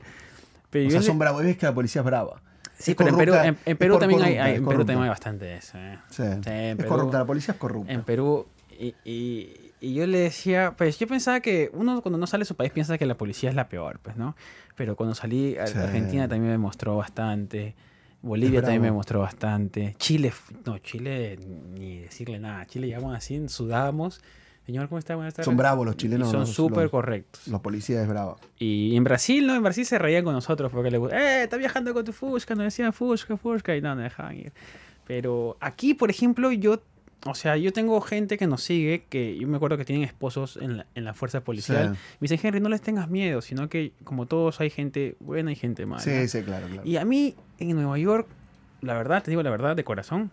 O
Pero yo
sea,
le-
son bravos. Ves que la policía es brava.
sí,
Es
pero en Perú,
corrupta,
en- en
es
Perú
por-
también, hay-
corrupta,
hay,
es
en Perú también hay
corrupta.
bastante eso. eh.
Sí.
Sí, en
es
Perú-
corrupta, la policía es corrupta.
En Perú. Y, y- y yo le decía, pues yo pensaba que uno cuando no sale de su país piensa que la policía es la peor, pues, ¿no? Pero cuando salí a
Sí.
Argentina también me mostró bastante. Bolivia
Es bravo.
también me mostró bastante. Chile, f- no, Chile, ni decirle nada. Chile llegamos así, sudábamos. Señor, ¿cómo está? Buenas tardes.
Son bravos los
Y
chilenos,
Son
los-
súper
los-
correctos.
Los policías es brava.
Y en Brasil, ¿no? En Brasil se reían con nosotros porque le gusta, ¡eh! Está viajando con tu Fusca, nos decían Fusca, Fusca, y no, nos dejaban ir. Pero aquí, por ejemplo, yo, o sea, yo tengo gente que nos sigue, que yo me acuerdo que tienen esposos en la, en la fuerza policial.
Sí.
Me dicen, Henry, no les tengas miedo, sino que como todos hay gente buena y gente mala.
Sí, sí, claro, claro.
Y a mí, en Nueva York, la verdad, te digo la verdad, de corazón,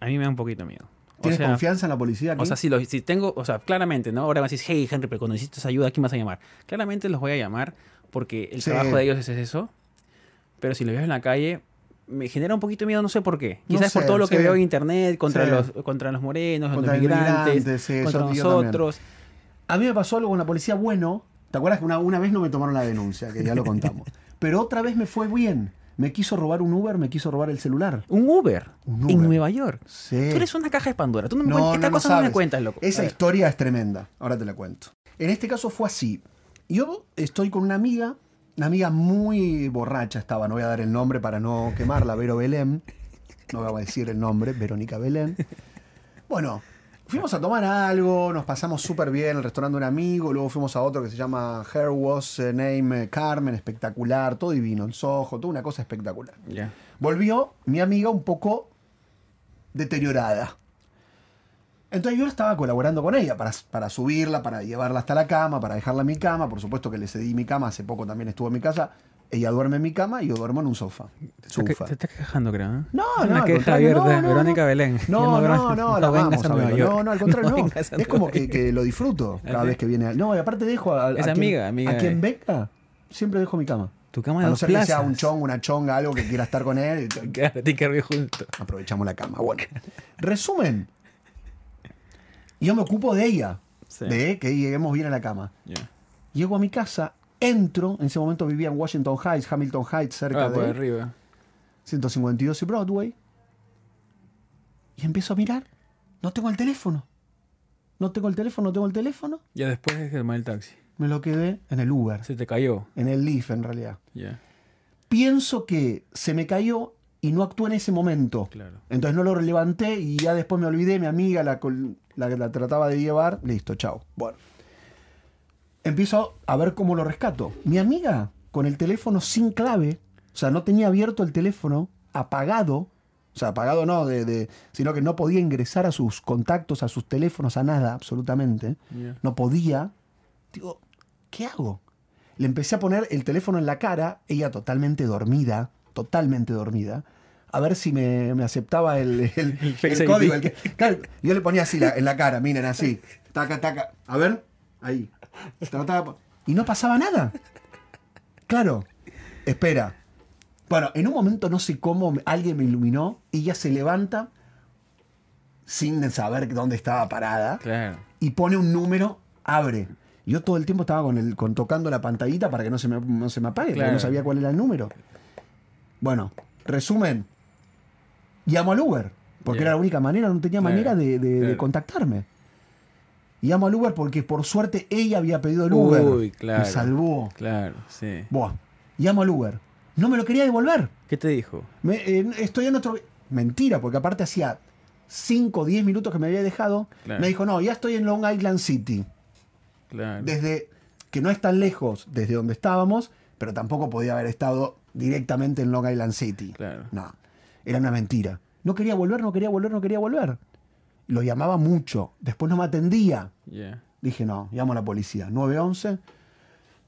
a mí me da un poquito miedo. O
¿Tienes
sea,
confianza en la policía aquí?
o sea, si, los, si tengo, o sea, claramente, ¿no? Ahora vas a decir, hey, Henry, pero cuando necesites ayuda, ¿a quién vas a llamar? Claramente los voy a llamar porque el
Sí.
trabajo de ellos es eso. Pero si los veo en la calle, me genera un poquito de miedo, no sé por qué.
No
Quizás por
sé,
todo lo que
sí.
veo en internet, contra,
Sí.
los, contra los morenos,
Contra
contra,
el
los migrantes,
migrante, sí,
contra
yo- yo también.
nosotros.
A mí me pasó algo con la policía bueno. ¿Te acuerdas que una, una vez no me tomaron la denuncia? Que ya lo
[LAUGHS]
contamos. Pero otra vez me fue bien. Me quiso robar un Uber, me quiso robar el celular.
Un Uber,
Un
en
Uber.
Nueva York.
Sí.
Tú eres una caja de Pandora. Tú no me cuentas- esta cosa no me
sabes.
cuentas, loco.
Esa
A ver.
historia es tremenda. Ahora te la cuento. En este caso fue así. Yo estoy con una amiga, una amiga muy borracha estaba, no voy a dar el nombre para no quemarla, Vero Belén. No voy a decir el nombre, Verónica Belén. Bueno, fuimos a tomar algo, nos pasamos súper bien en el restaurante de un amigo, luego fuimos a otro que se llama Hair Was eh, Name eh, Carmen, espectacular, todo divino, en sojo, toda una cosa espectacular.
Ya.
Volvió mi amiga un poco deteriorada. Entonces yo estaba colaborando con ella para, para subirla, para llevarla hasta la cama, para dejarla en mi cama. Por supuesto que le cedí mi cama, hace poco también estuvo en mi casa. Ella duerme en mi cama y yo duermo en un sofá.
Te,
Sufa.
te estás quejando, creo. ¿eh?
No, no,
Es Una
al
queja
contrario,
abierta.
no, no,
Verónica
no.
Belén.
No,
Ya
no, no, la
vengas
vamos
a
a
Nueva York. [LAUGHS]
No, no, al contrario, no.
vengas a
Es como
Nueva
que,
York.
que lo disfruto cada
Así.
vez que viene. No, y aparte dejo a, a-
Es
a
amiga,
quien,
amiga
a quien
de-
venga, siempre dejo mi cama.
Tu cama
a
de
no
dos
ser
plazas.
que sea un chong, una chonga, algo que quiera estar con él. [LAUGHS]
Claro, tiene que dormir juntos.
Aprovechamos la cama. Bueno, resumen. Yo me ocupo de ella,
Sí.
de que lleguemos bien a la cama.
Ya. Ah,
Llego a mi casa, entro, en ese momento vivía en Washington Heights, Hamilton Heights, cerca
Ah, por
de
arriba.
152 y Broadway. Y empiezo a mirar. No tengo el teléfono. No tengo el teléfono, no tengo el teléfono.
Ya después de tomar el taxi.
Me lo quedé en el Uber,
Se te cayó.
en el Leaf en realidad.
Ya,
Pienso que se me cayó y no actué en ese momento.
claro.
Entonces no lo levanté y ya después me olvidé, mi amiga la, col- la, la trataba de llevar, listo, chao. Bueno. Empiezo a ver cómo lo rescato. Mi amiga con el teléfono sin clave, o sea, no tenía abierto el teléfono, apagado, o sea, apagado no, de, de- sino que no podía ingresar a sus contactos, a sus teléfonos, a nada, absolutamente.
Ya.
No podía. Digo, ¿qué hago? Le empecé a poner el teléfono en la cara, ella totalmente dormida, totalmente dormida, a ver si me, me aceptaba el, el-
[LAUGHS] El Face
el
ID.
código. el que- claro, yo le ponía así la- en la cara, miren, así. Taca, taca. A ver, ahí. Trataba- Y no pasaba nada. Claro. Espera. Bueno, en un momento no sé cómo me- alguien me iluminó y ya se levanta sin saber dónde estaba parada
Claro.
y pone un número, abre. Yo todo el tiempo estaba con el, con, tocando la pantallita para que no se me, no se me apague, porque
Claro.
no sabía cuál era el número. Bueno, resumen. Llamo al Uber, porque
Ya.
era la única manera, no tenía
Claro,
manera de, de- de
claro.
contactarme. Llamo al Uber porque por suerte ella había pedido el Uber.
Uy, claro.
Me salvó.
Claro, sí.
Buah, llamo al Uber. No me lo quería devolver.
¿Qué te dijo?
Me- eh, estoy en otro. Mentira, porque aparte hacía 5 o 10 minutos que me había dejado.
Claro.
Me dijo, no, ya estoy en Long Island City.
Claro.
Desde que no es tan lejos desde donde estábamos, pero tampoco podía haber estado directamente en Long Island City.
Claro.
No, era una mentira. No quería volver, no quería volver, no quería volver. Lo llamaba mucho. Después no me atendía.
Ya.
Dije, no, llamo a la policía. 911.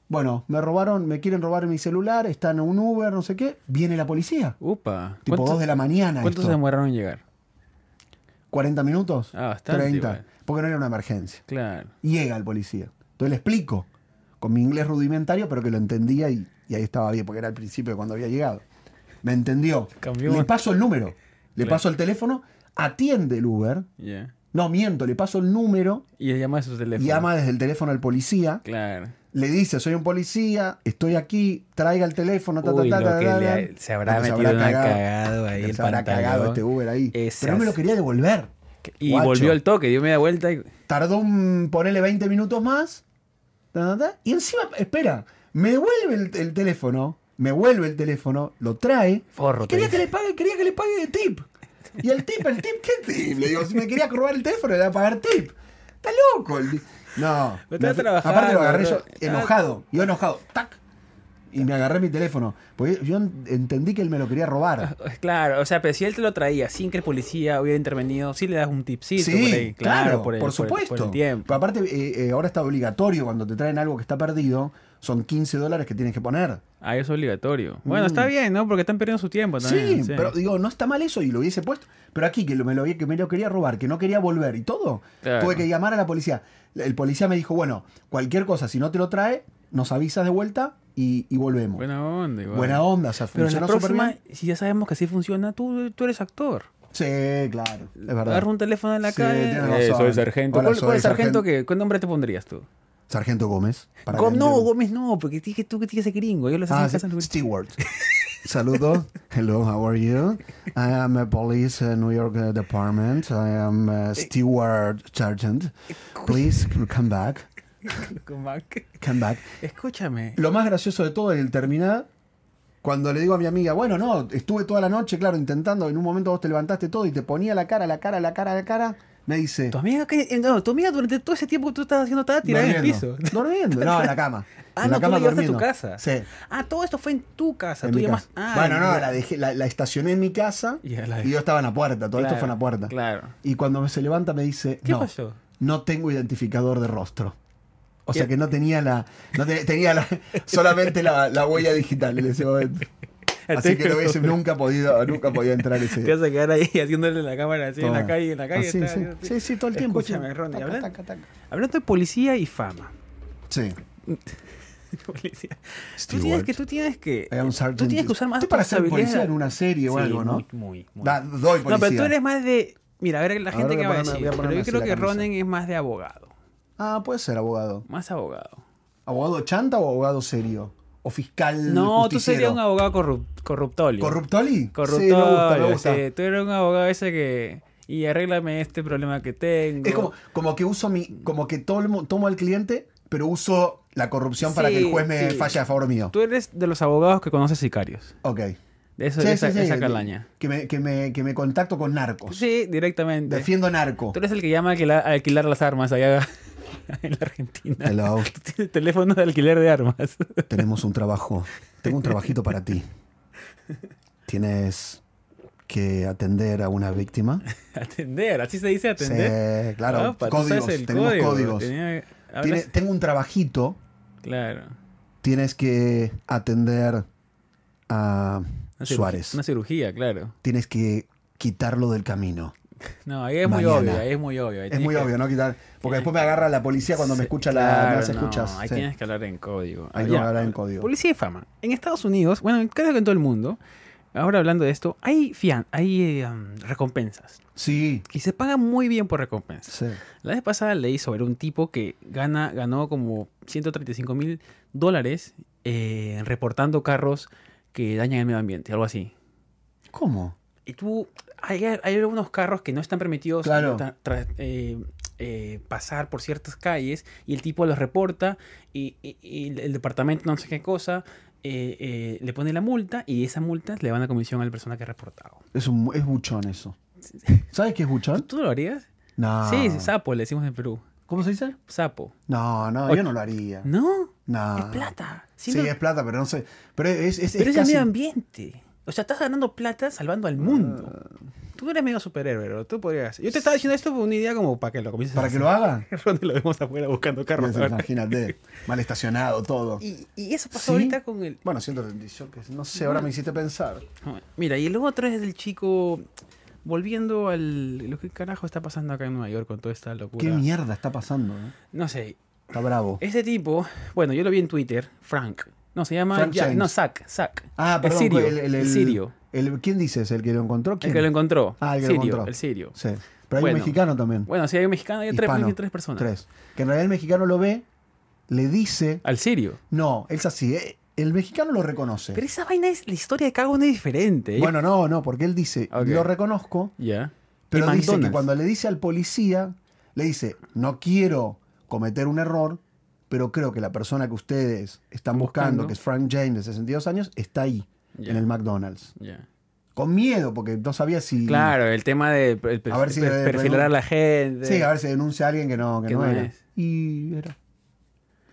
Bueno, me robaron, me quieren robar mi celular, están en un Uber, no sé qué. Viene la policía.
Upa.
Tipo 2 de la mañana.
¿Cuánto se
esto.
demoraron en llegar?
40 minutos.
Ah, bastante igual.
Porque no era una emergencia.
Claro.
Llega el policía. Entonces le explico. Con mi inglés rudimentario, pero que lo entendía y, y ahí estaba bien, porque era al principio de cuando había llegado. Me entendió.
Cambió.
Le paso el número. Le
Claro.
paso el teléfono. Atiende el Uber.
Ya.
No, miento. Le paso el número.
Y él llama a su teléfono.
Llama desde el teléfono al policía.
Claro.
Le dice, soy un policía, estoy aquí, traiga el teléfono, ta, ta,
Uy,
ta,
lo
ta,
que
ta,
le
ta.
ha- se habrá
Lo que
metido una cagado ahí
Lo que
el
Se habrá
pantalón.
cagado este Uber ahí. Pero no
Esas-
me lo quería devolver.
Y
Guacho.
volvió al toque, dio media vuelta y.
Tardó un, ponele 20 minutos más. ta, ta, ta, y encima, espera, me devuelve el, el teléfono, me vuelve el teléfono, lo trae.
Forro,
quería
te
que le pague, quería que le pague de tip. Y el tip, el tip, ¿qué tip? Le digo, si me quería robar el teléfono, le voy a pagar tip. Está loco. el di- No. me
No te vas a
fui-
trabajar,
Aparte lo agarré yo
boludo.
enojado,
Ah.
yo enojado, tac. Y me agarré mi teléfono. Porque yo en- entendí que él me lo quería robar.
Claro, o sea, pero si él te lo traía sin que el policía hubiera intervenido, sí le das un tipcito por ahí. Claro, por, el- por el-
supuesto.
por el tiempo.
Pero aparte, eh, eh, ahora está obligatorio cuando te traen algo que está perdido, son 15 dólares que tienes que poner.
Ah, eso es obligatorio. Bueno, está bien, ¿no? Porque están perdiendo su tiempo
Mm. sí,
también. sí.
pero digo, no está mal eso y lo hubiese puesto. Pero aquí, que, lo- me lo, había- que me lo quería robar, que no quería volver y todo,
Claro.
tuve que llamar a la policía. El policía me dijo, bueno, cualquier cosa, si no te lo trae, nos avisas de vuelta y, y volvemos.
Buena onda, igual.
Buena onda, o sea,
Pero la
funcionó súper
próxima,
bien.
si ya sabemos que así funciona, tú, tú eres actor.
Sí, claro, es verdad.
Agarra un teléfono en la
Sí,
calle.
tienes razón.
soy sargento.
Hola,
¿Cuál,
soy
cuál sargento?
sargento.
que, ¿Qué nombre te pondrías tú?
Sargento Gómez. para
Gó-
que
no,
entiendan.
Gómez no, porque dije tú que tienes ese gringo. Yo lo sé
Ah,
en casa.
sí,
lo-
Stewart. [LAUGHS] Saludos. Hello, how are you? I am a police uh, New York uh, department. I am a
Eh.
steward sergeant. Please come back. [LAUGHS]
Con Mac.
Come back.
Escúchame.
Lo más gracioso de todo es el terminar. Cuando le digo a mi amiga, bueno, no, estuve toda la noche, claro, intentando, en un momento vos te levantaste todo y te ponía la cara, la cara, la cara, la cara, me dice...
Tu amiga, que- eh, no, tu amiga durante todo ese tiempo que tú estabas haciendo estaba tirada en el piso.
Durmiendo. [LAUGHS]
[LAUGHS]
Durmiendo. No, en la cama.
Ah,
en la
no, tú
cama
la llevaste a tu
durmiendo.
casa.
Sí.
Ah, todo esto fue en tu casa.
en
tú
mi
llamas.
casa.
Ah,
bueno, no,
ya.
la, dejé- la- la estacioné en mi casa
Ya la
y
dejé.
yo estaba en la puerta. Todo esto
Claro,
fue en la puerta.
Claro.
Y cuando me se levanta me dice,
¿Qué
no,
pasó?
no tengo identificador de rostro. O sea
¿Qué?
que no tenía la. No te- tenía la- [LAUGHS] solamente la, la huella digital en ese
[LAUGHS]
momento. Así que no hubiese nunca podido, nunca podía entrar ese.
Te vas a quedar ahí [LAUGHS] haciéndole la cámara así en la
Toma.
calle, en la calle.
Ah, Así,
está-
sí. sí, sí, todo el tiempo.
Escúchame,
sí.
Ronnie,
Taca,
habla-
taca, taca.
Hablando de policía y fama. [LAUGHS]
Sí.
policía. Tú
Stewart.
tienes que, tú tienes que,
Era un sergeant.
tú tienes que usar más
Estoy para ser
responsabilidad.
policía en una serie o
Sí,
algo, ¿no?
Muy, muy, muy.
Da- doy policía.
no, pero tú eres más de. Mira, a ver la
Ahora
gente
voy
que
a
va a
ponerme-
decir.
voy a
Pero
ponerme
yo
así
creo
la
que
camisa.
Ronen es más de abogado.
Ah, puede ser abogado.
Más abogado.
¿Abogado chanta o abogado serio? ¿O fiscal
No, tú
justiciero?
serías un abogado corrupt, corruptolio.
¿Corruptoli?
Corruptolio.
Sí, me gusta, me gusta.
sí. este, Tú eres un abogado ese que. Y arréglame este problema que tengo.
Es como, como que uso mi... Como que tomo, tomo al cliente, pero uso la corrupción para
Sí,
que el juez me
sí.
falle a favor mío.
Tú eres de los abogados que conoces sicarios.
Ok.
De, eso,
Sí,
de
sí,
esa,
sí.
esa calaña.
Que me, que me- que me contacto con narcos.
Pues Sí, directamente.
Defiendo narco.
Tú eres el que llama a alquilar, a alquilar las armas allá [LAUGHS] en la Argentina.
Hello.
Tú tienes teléfono de alquiler de armas. [LAUGHS]
Tenemos un trabajo. Tengo un trabajito para ti. Tienes que atender a una víctima.
Atender, así se dice atender.
Sí, claro.
Opa, tú sabes
códigos.
el
Tenemos
código.
códigos.
Tenía- hablas-
Tiene- tengo un trabajito.
Claro.
Tienes que atender a
Una cirugía-
Suárez.
Una cirugía, claro.
Tienes que quitarlo del camino.
No, ahí es muy
Mañana.
obvio, ahí es muy obvio. ahí
Es
tienes
muy
que-
obvio, ¿no? Quitar. Porque
tienes
después me agarra la policía cuando me escucha la. me
Claro,
hace
no,
escuchas.
Ahí
sí.
tienes que hablar en código.
Ahí
Ah,
tengo
ya.
que hablar en código.
Policía de fama. En Estados Unidos, bueno, creo que en todo el mundo, ahora hablando de esto, hay fian, hay eh, um, recompensas.
Sí.
Y se paga muy bien por recompensas.
sí.
La vez pasada leí sobre un tipo que gana, ganó como 135 mil dólares eh, reportando carros que dañan el medio ambiente, algo así.
¿Cómo?
Y tú, hay, hay algunos carros que no están permitidos
Claro.
tra- tra- eh, eh, pasar por ciertas calles y el tipo los reporta y, y- y el- el departamento no sé qué cosa eh, eh, le pone la multa y esa multa le van a comisión a la persona que ha reportado.
Es, un, es buchón eso. ¿Sabes qué es buchón?
¿Tú lo harías?
No.
Sí, sapo le decimos en Perú.
Ah. ¿Cómo se dice?
Sapo.
No, no,
Oye.
yo no lo haría.
No,
No.
es plata. Si
Ah, Sí,
no-
es plata, pero no sé. Pero es, es,
pero es el
casi-
medio ambiente. O sea, estás ganando plata salvando al
Ah.
mundo. Tú eres medio superhéroe, bro. Tú podrías. Yo te estaba diciendo esto por una idea como para que lo comiences a
Para que
hacer.
lo
[LAUGHS]
haga.
Ronnie lo vemos afuera buscando carros.
Piensa, Imagínate, mal estacionado, todo.
Y, y eso pasó
¿Sí?
ahorita con el.
Bueno, 138, que no sé, ahora me hiciste pensar.
Mira, y luego otro es del chico. Volviendo al. Lo que carajo está pasando acá en Nueva York con toda esta
¿Qué
locura.
mierda está pasando? eh?
no sé.
Está bravo.
Ese tipo. Bueno, yo lo vi en Twitter. Frank. No, se llama.
Frank
Jack-
James.
no, Zack. Zack.
Ah, perdón,
El sirio.
el, el- el-
sirio.
el- ¿Quién dices? ¿El que lo encontró?
El
¿Quién?
que lo encontró.
Ah, el que lo
sirio,
encontró.
El sirio.
Sí. Pero hay
Bueno.
un mexicano también.
Bueno, si hay un mexicano, hay tres,
Hispano.
tres personas.
Tres. Que en realidad el mexicano lo ve, le dice.
Al sirio.
No, es así. eh, El mexicano lo reconoce.
Pero esa vaina es. La historia de cada uno es diferente.
Bueno, no, no, porque él dice,
Ok.
lo reconozco,
Ya.
pero
Y
dice que
McDonald's.
cuando le dice al policía, le dice, no quiero cometer un error, pero creo que la persona que ustedes están buscando,
buscando.
que es Frank James, de 62 años, está ahí,
Ya.
en el McDonald's.
Ya.
Con miedo, porque no sabía si...
Claro, el tema de el per-
A ver si
per-
le-
perfilar a la gente.
Sí, a ver si denuncia a alguien que no, que
Que
no
no
era.
es.
Y era.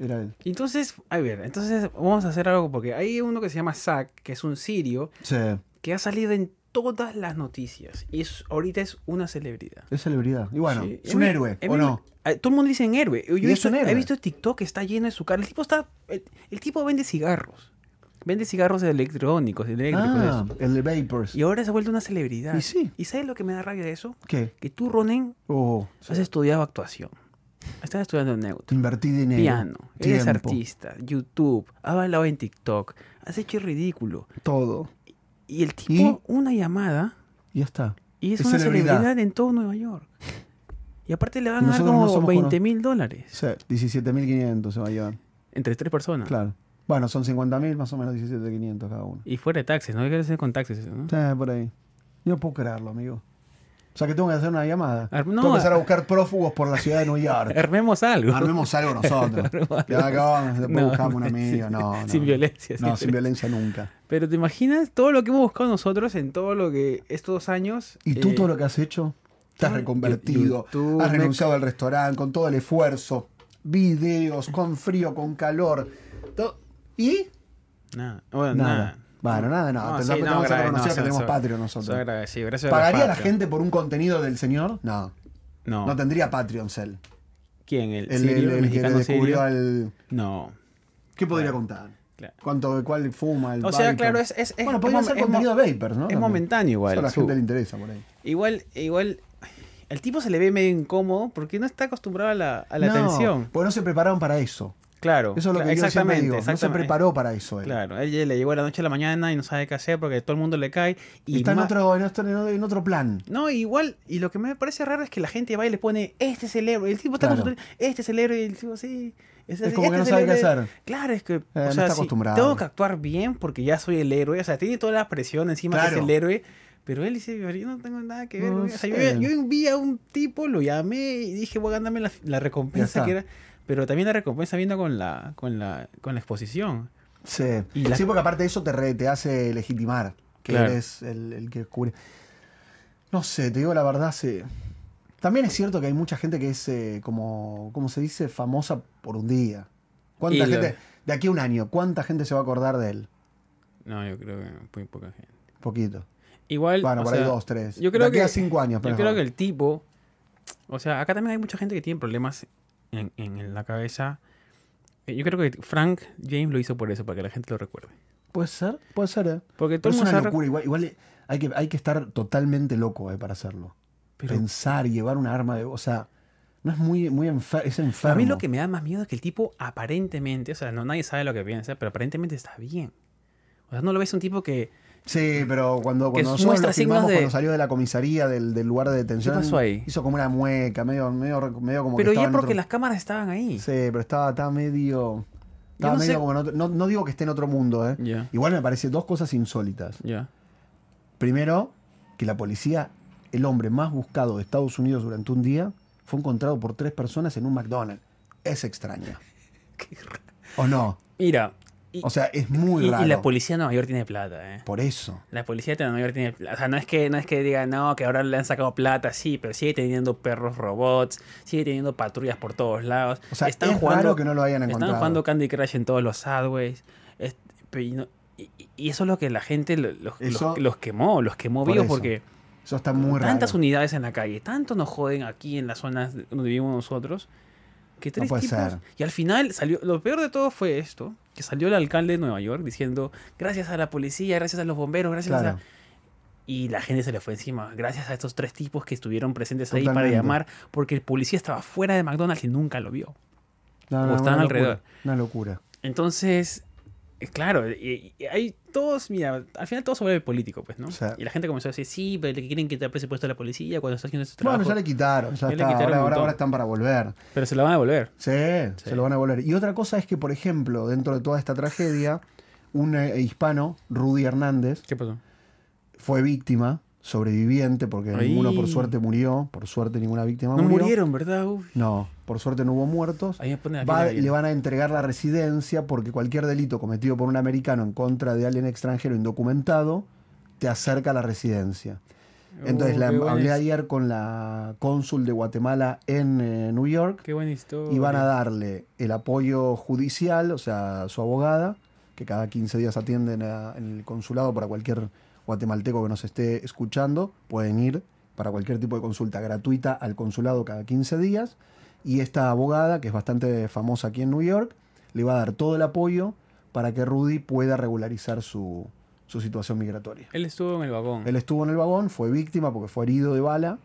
Era él.
Entonces, a ver, entonces vamos a hacer algo porque hay uno que se llama Zack, que es un sirio,
Sí,
que ha salido en todas las noticias y es, ahorita es una celebridad.
es celebridad. Y bueno,
Sí.
es un
Em-
héroe,
em-
¿o no?
eh, Todo el mundo dice en héroe. Yo he
Y es
visto-
un héroe.
He visto TikTok que está lleno de su cara. El tipo está. El, el tipo vende cigarros. Vende cigarros electrónicos, eléctricos.
Ah,
eso.
el de Vapors.
Y ahora se ha vuelto una celebridad.
Y sí.
¿Y sabes lo que me da rabia de eso?
¿Qué?
Que tú, Ronen,
Oh,
has estudiado actuación. Estás estudiando neutro.
invertí dinero.
piano, eres
tiempo,
artista, YouTube, has bailado en TikTok, has hecho el ridículo.
Todo.
Y el tipo,
¿Y?
una llamada,
Y ya está.
y es,
Es
una celebridad.
celebridad.
en todo Nueva York. Y aparte le van
Y
a dar
nosotros
como
no somos
20 mil dólares
Sí, 17.500 se va a llevar.
entre tres personas.
Claro. Bueno, son 50.000, más o menos 17.500 cada uno.
Y fuera de taxes, no hay que hacer con taxes eso, ¿no?
Sí, por ahí. Yo no puedo creerlo, amigo. O sea que tengo que hacer una llamada.
Ar- no,
tengo que empezar a
ar-
buscar prófugos por la ciudad de New
[LAUGHS]
York.
Armemos algo.
Armemos algo nosotros.
Armemos
Ya acabamos, después
No,
buscamos
[LAUGHS]
un
no,
amigo.
sin-
No, no.
sin violencia,
No,
sin
sin violencia nunca.
[LAUGHS] Pero te imaginas todo lo que hemos buscado nosotros en todo lo que estos años.
¿Y tú
eh,
todo lo que has hecho? Te has
yo-
reconvertido,
YouTube,
has
me-
renunciado al restaurante con todo el esfuerzo, videos, con frío, con calor. to- ¿Y?
Nada. Bueno,
Nada.
nada.
Bueno, nada, nada. Te-
sí,
te vamos a
grave,
reconocer que
soy-
tenemos
soy-
Patreon nosotros.
soy agradecido, gracias a los
¿Pagaría la
Patreon.
gente por un contenido del señor? No.
No.
No tendría Patreon, Cell.
¿Quién? ¿El,
El,
sirio,
el-
el
el que le
mexicano
descubrió
sirio?
al.
No.
¿Qué podría contar?
claro.
¿Cuánto, cuál fuma? El
O sea,
vapor?
claro, es- es- es-
bueno,
es
podría
mom-
ser
es
contenido
mom-
de Vapers, ¿no?
es
También.
momentáneo igual,
Eso a la
su-
gente le interesa por ahí.
Igual, igual, el tipo se le ve medio incómodo porque no está acostumbrado a la, a la
No,
atención.
Porque no se prepararon para eso.
Claro.
Eso es lo
cla-
que yo siempre digo. No se
exactamente.
preparó para eso. él.
Claro, él ya le llegó a la noche a la mañana y no sabe qué hacer porque todo el mundo le cae. Y
Está en
ma-
otro, en, otro, en otro plan.
No, igual, y lo que me parece raro es que la gente va y le pone, este es el héroe, y el tipo está
Claro.
con su tel- este es el héroe, y el tipo sí.
Es
así,
como que
"Este
no
el
sabe qué
héroe".
hacer. Eh,
Claro, es que o
no
sea,
está
sí,
acostumbrado.
tengo que actuar bien porque ya soy el héroe, o sea, tiene toda la presión encima que es
Claro.
el héroe, pero él dice, "Pero yo no tengo nada que ver.
No
güey". o sea,
sé.
yo, yo envié a un tipo, lo llamé y dije, voy a ganarme la, la
Ya
recompensa
está.
que era, pero también la recompensa vino con la, con la, con la exposición.
Sí.
Y la-
Sí, porque aparte de eso te, re- te hace legitimar que
Claro.
eres el, el que cubre. No sé, te digo la verdad, sí. También es cierto que hay mucha gente que es, eh, como, ¿cómo se dice? Famosa por un día. ¿Cuánta
Y lo-
gente? De aquí a un año, ¿cuánta gente se va a acordar de él?
No, yo creo que muy poca gente.
Poquito.
Igual,
Bueno,
o
por
sea,
ahí dos, tres.
yo creo
de aquí
que-
a cinco años,
Yo
pero.
creo que el tipo. O sea, acá también hay mucha gente que tiene problemas en, en la cabeza. Eh, Yo creo que Frank James lo hizo por eso, para que la gente lo recuerde.
Puede ser, puede ser, eh.
Porque todo
Pero
el
es
mundo
una
se ha rec-
locura. Igual, igual hay, que, hay que estar totalmente loco eh, para hacerlo.
Pero-
pensar, llevar un arma de. O sea, no es muy, muy enfer- es enfermo.
A mí lo que me da más miedo es que el tipo aparentemente, o sea, no, nadie sabe lo que piensa, pero aparentemente está bien. O sea, no lo ves un tipo que...
Sí, pero cuando,
Que
cuando nosotros
muestra
lo
signos
filmamos,
de-
cuando salió de la comisaría del, del lugar de detención,
pasó ahí?
hizo como una mueca, medio, medio, medio como
pero
que
ya
estaba en
porque
otro-
las cámaras estaban ahí.
Sí, pero estaba, estaba medio. Estaba
no
medio
sé-
como en otro- No, no digo que esté en otro mundo, ¿eh?
Ya.
Igual me parece dos cosas insólitas. [LAUGHS]
Ya.
Primero, que la policía, el hombre más buscado de Estados Unidos durante un día, fue encontrado por tres personas en un McDonald's. Es extraño. ¿O no?
Mira. Y,
O sea, es muy
y- y
raro.
la policía de Nueva York tiene plata, ¿eh?
Por eso.
La policía de Nueva York tiene plata. O sea, no es que, no es que diga, no, que ahora le han sacado plata, sí, pero sigue teniendo perros robots, sigue teniendo patrullas por todos lados.
O sea, es raro que no lo hayan encontrado.
Están jugando Candy Crush en todos los sideways. Es- pe- y, no- y- y eso es lo que la gente lo- los,
Eso-
los- los quemó, los quemó
Por
vivos
eso.
porque
Eso está muy raro.
tantas unidades en la calle, tanto nos joden aquí en las zonas donde vivimos nosotros, que tres
puede
tipos-
ser.
Y al final salió, lo peor de todo fue esto, que salió el alcalde de Nueva York diciendo, gracias a la policía, gracias a los bomberos, gracias
Claro.
a... Y la gente se le fue encima, gracias a estos tres tipos que estuvieron presentes ahí para
Totalmente.
llamar, porque el policía estaba fuera de McDonald's y nunca lo vio.
No,
o
no,
estaban
una
alrededor.
locura, Una locura.
Entonces, eh, claro, y- y hay todos, mira, al final todo se vuelve político, pues, ¿no?
O sea-
y la gente comenzó a decir, sí, pero le quieren quitar presupuesto a la policía cuando está haciendo este trabajo.
Bueno, ya le quitaron, ya
Ya le
está.
quitaron
ahora,
un
ahora-
montón.
ahora están para volver.
Pero se lo van a devolver.
Sí,
Sí.
se lo van a volver. Y otra cosa es que, por ejemplo, dentro de toda esta tragedia, un eh, hispano, Rudy Hernández,
¿Qué pasó?
fue víctima, sobreviviente, porque
Ahí.
ninguno por suerte murió, por suerte ninguna víctima
No
murió.
murieron, ¿verdad? Uf.
No, por suerte no hubo muertos.
Ahí me pone la
Va-
piel de
le
gallina.
van a entregar la residencia porque cualquier delito cometido por un americano en contra de alguien extranjero indocumentado te acerca a la residencia. Entonces,
Oh,
la-
qué buena
hablé
his-
ayer con la cónsul de Guatemala en eh, New York
Oh, Qué buena historia.
y van a darle el apoyo judicial, o sea, su abogada, que cada 15 días atienden a- en el consulado para cualquier guatemalteco que nos esté escuchando, pueden ir para cualquier tipo de consulta gratuita al consulado cada 15 días. Y esta abogada, que es bastante famosa aquí en New York, le va a dar todo el apoyo para que Rudy pueda regularizar su, su situación migratoria.
Él estuvo en el vagón.
Él estuvo en el vagón, fue víctima porque fue herido de bala.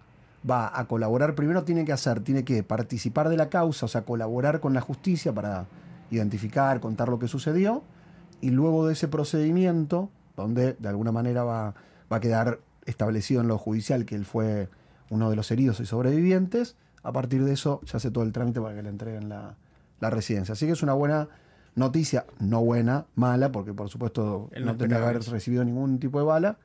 Va a colaborar. Primero tiene que hacer, tiene que participar de la causa, o sea, colaborar con la justicia para identificar, contar lo que sucedió. Y luego de ese procedimiento, donde de alguna manera va, va a quedar establecido en lo judicial que él fue uno de los heridos y sobrevivientes, a partir de eso se hace todo el trámite para que le entreguen la, la residencia. Así que es una buena noticia, no buena, mala, porque por supuesto
Él no
no tendría que
esperaba
haber
eso.
recibido ningún tipo de bala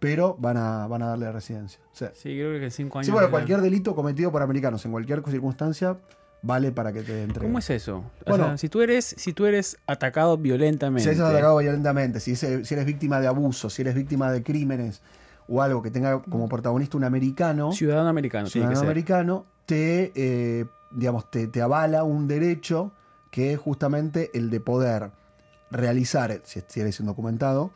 pero van a, van a darle residencia. O sea,
Sí, creo que en cinco años.
sí, porque
ya-
cualquier delito cometido por americanos en cualquier circunstancia vale para que te entreguen.
¿Cómo es eso? O
Bueno.
sea, si tú eres, si tú eres atacado violentamente.
Si eres atacado violentamente, si, es- si eres víctima de abuso, si eres víctima de crímenes o algo que tenga como protagonista un americano,
Mm. Ciudadano americano, tiene que
ciudadano
ser.
americano, te, eh, digamos, te, te avala un derecho que es justamente el de poder realizar, si si eres indocumentado,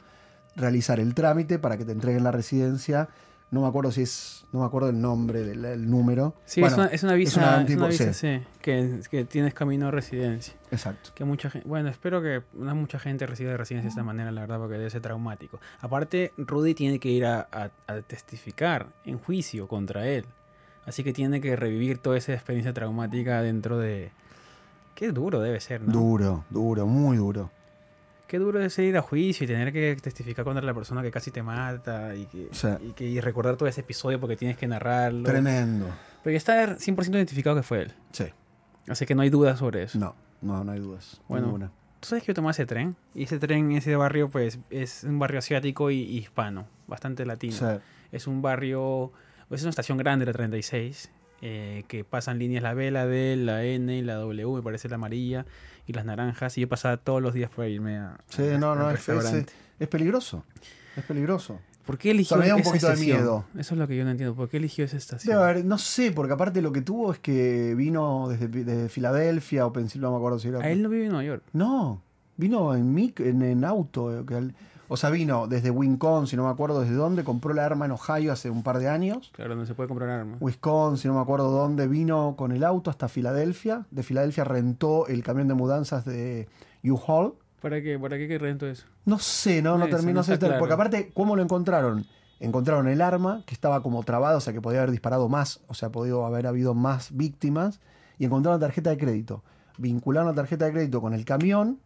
realizar el trámite para que te entreguen la residencia. No me acuerdo si es, no me acuerdo el nombre, del el número.
Sí,
Bueno,
es, una, es una visa, es una
tipo-
visa,
sí,
sí, que, que tienes camino a residencia.
Exacto.
Que mucha gente, bueno, espero que no mucha gente reciba de residencia de esta manera, la verdad, porque debe ser traumático. Aparte, Rudy tiene que ir a, a- a testificar en juicio contra él. Así que tiene que revivir toda esa experiencia traumática dentro de... Qué duro debe ser, ¿no?
Duro, duro, muy duro.
Qué duro debe ser ir a juicio y tener que testificar contra la persona que casi te mata y, que,
Sí.
y, que- y recordar todo ese episodio porque tienes que narrarlo.
Tremendo.
Pero ya está 100% identificado que fue él.
Sí.
Así que no hay dudas sobre eso.
No, no, no hay dudas.
Bueno.
Ninguna.
¿Tú sabes que yo tomaba ese tren? Y ese tren, ese barrio, pues, es un barrio asiático y, y hispano, bastante latino.
Sí.
Es un barrio, es una estación grande, la 36, eh, que pasan líneas la B, la D, la N, la W, me parece la amarilla, y las naranjas. Y yo pasaba todos los días por ahí. Me a,
Sí,
a-
no,
al
no, es, es,
restaurante.
es peligroso. Es peligroso.
¿Por qué eligió
me da un
esa
poquito de
estación?
miedo.
Eso es lo que yo no entiendo. ¿Por qué eligió esa estación?
Debe haber- no sé, porque aparte lo que tuvo es que vino desde, desde Filadelfia o Pensilvania, no me acuerdo si era.
A él no vive en Nueva York.
No, vino en, mic- en, en auto. eh, que al- o sea, vino desde Wisconsin, no me acuerdo desde dónde, compró la arma en Ohio hace un par de años.
Claro, no se puede comprar armas.
Wisconsin, no me acuerdo dónde, vino con el auto hasta Filadelfia. De Filadelfia rentó el camión de mudanzas de U-Haul.
¿Para qué? ¿Para qué que rento eso?
No sé, no, no
Eso,
terminó
no
de
está
ser- Porque
claro.
aparte, ¿cómo lo encontraron? Encontraron el arma que estaba como trabada, o sea que podía haber disparado más, o sea, podido haber habido más víctimas. Y encontraron la tarjeta de crédito. Vincularon la tarjeta de crédito con el camión.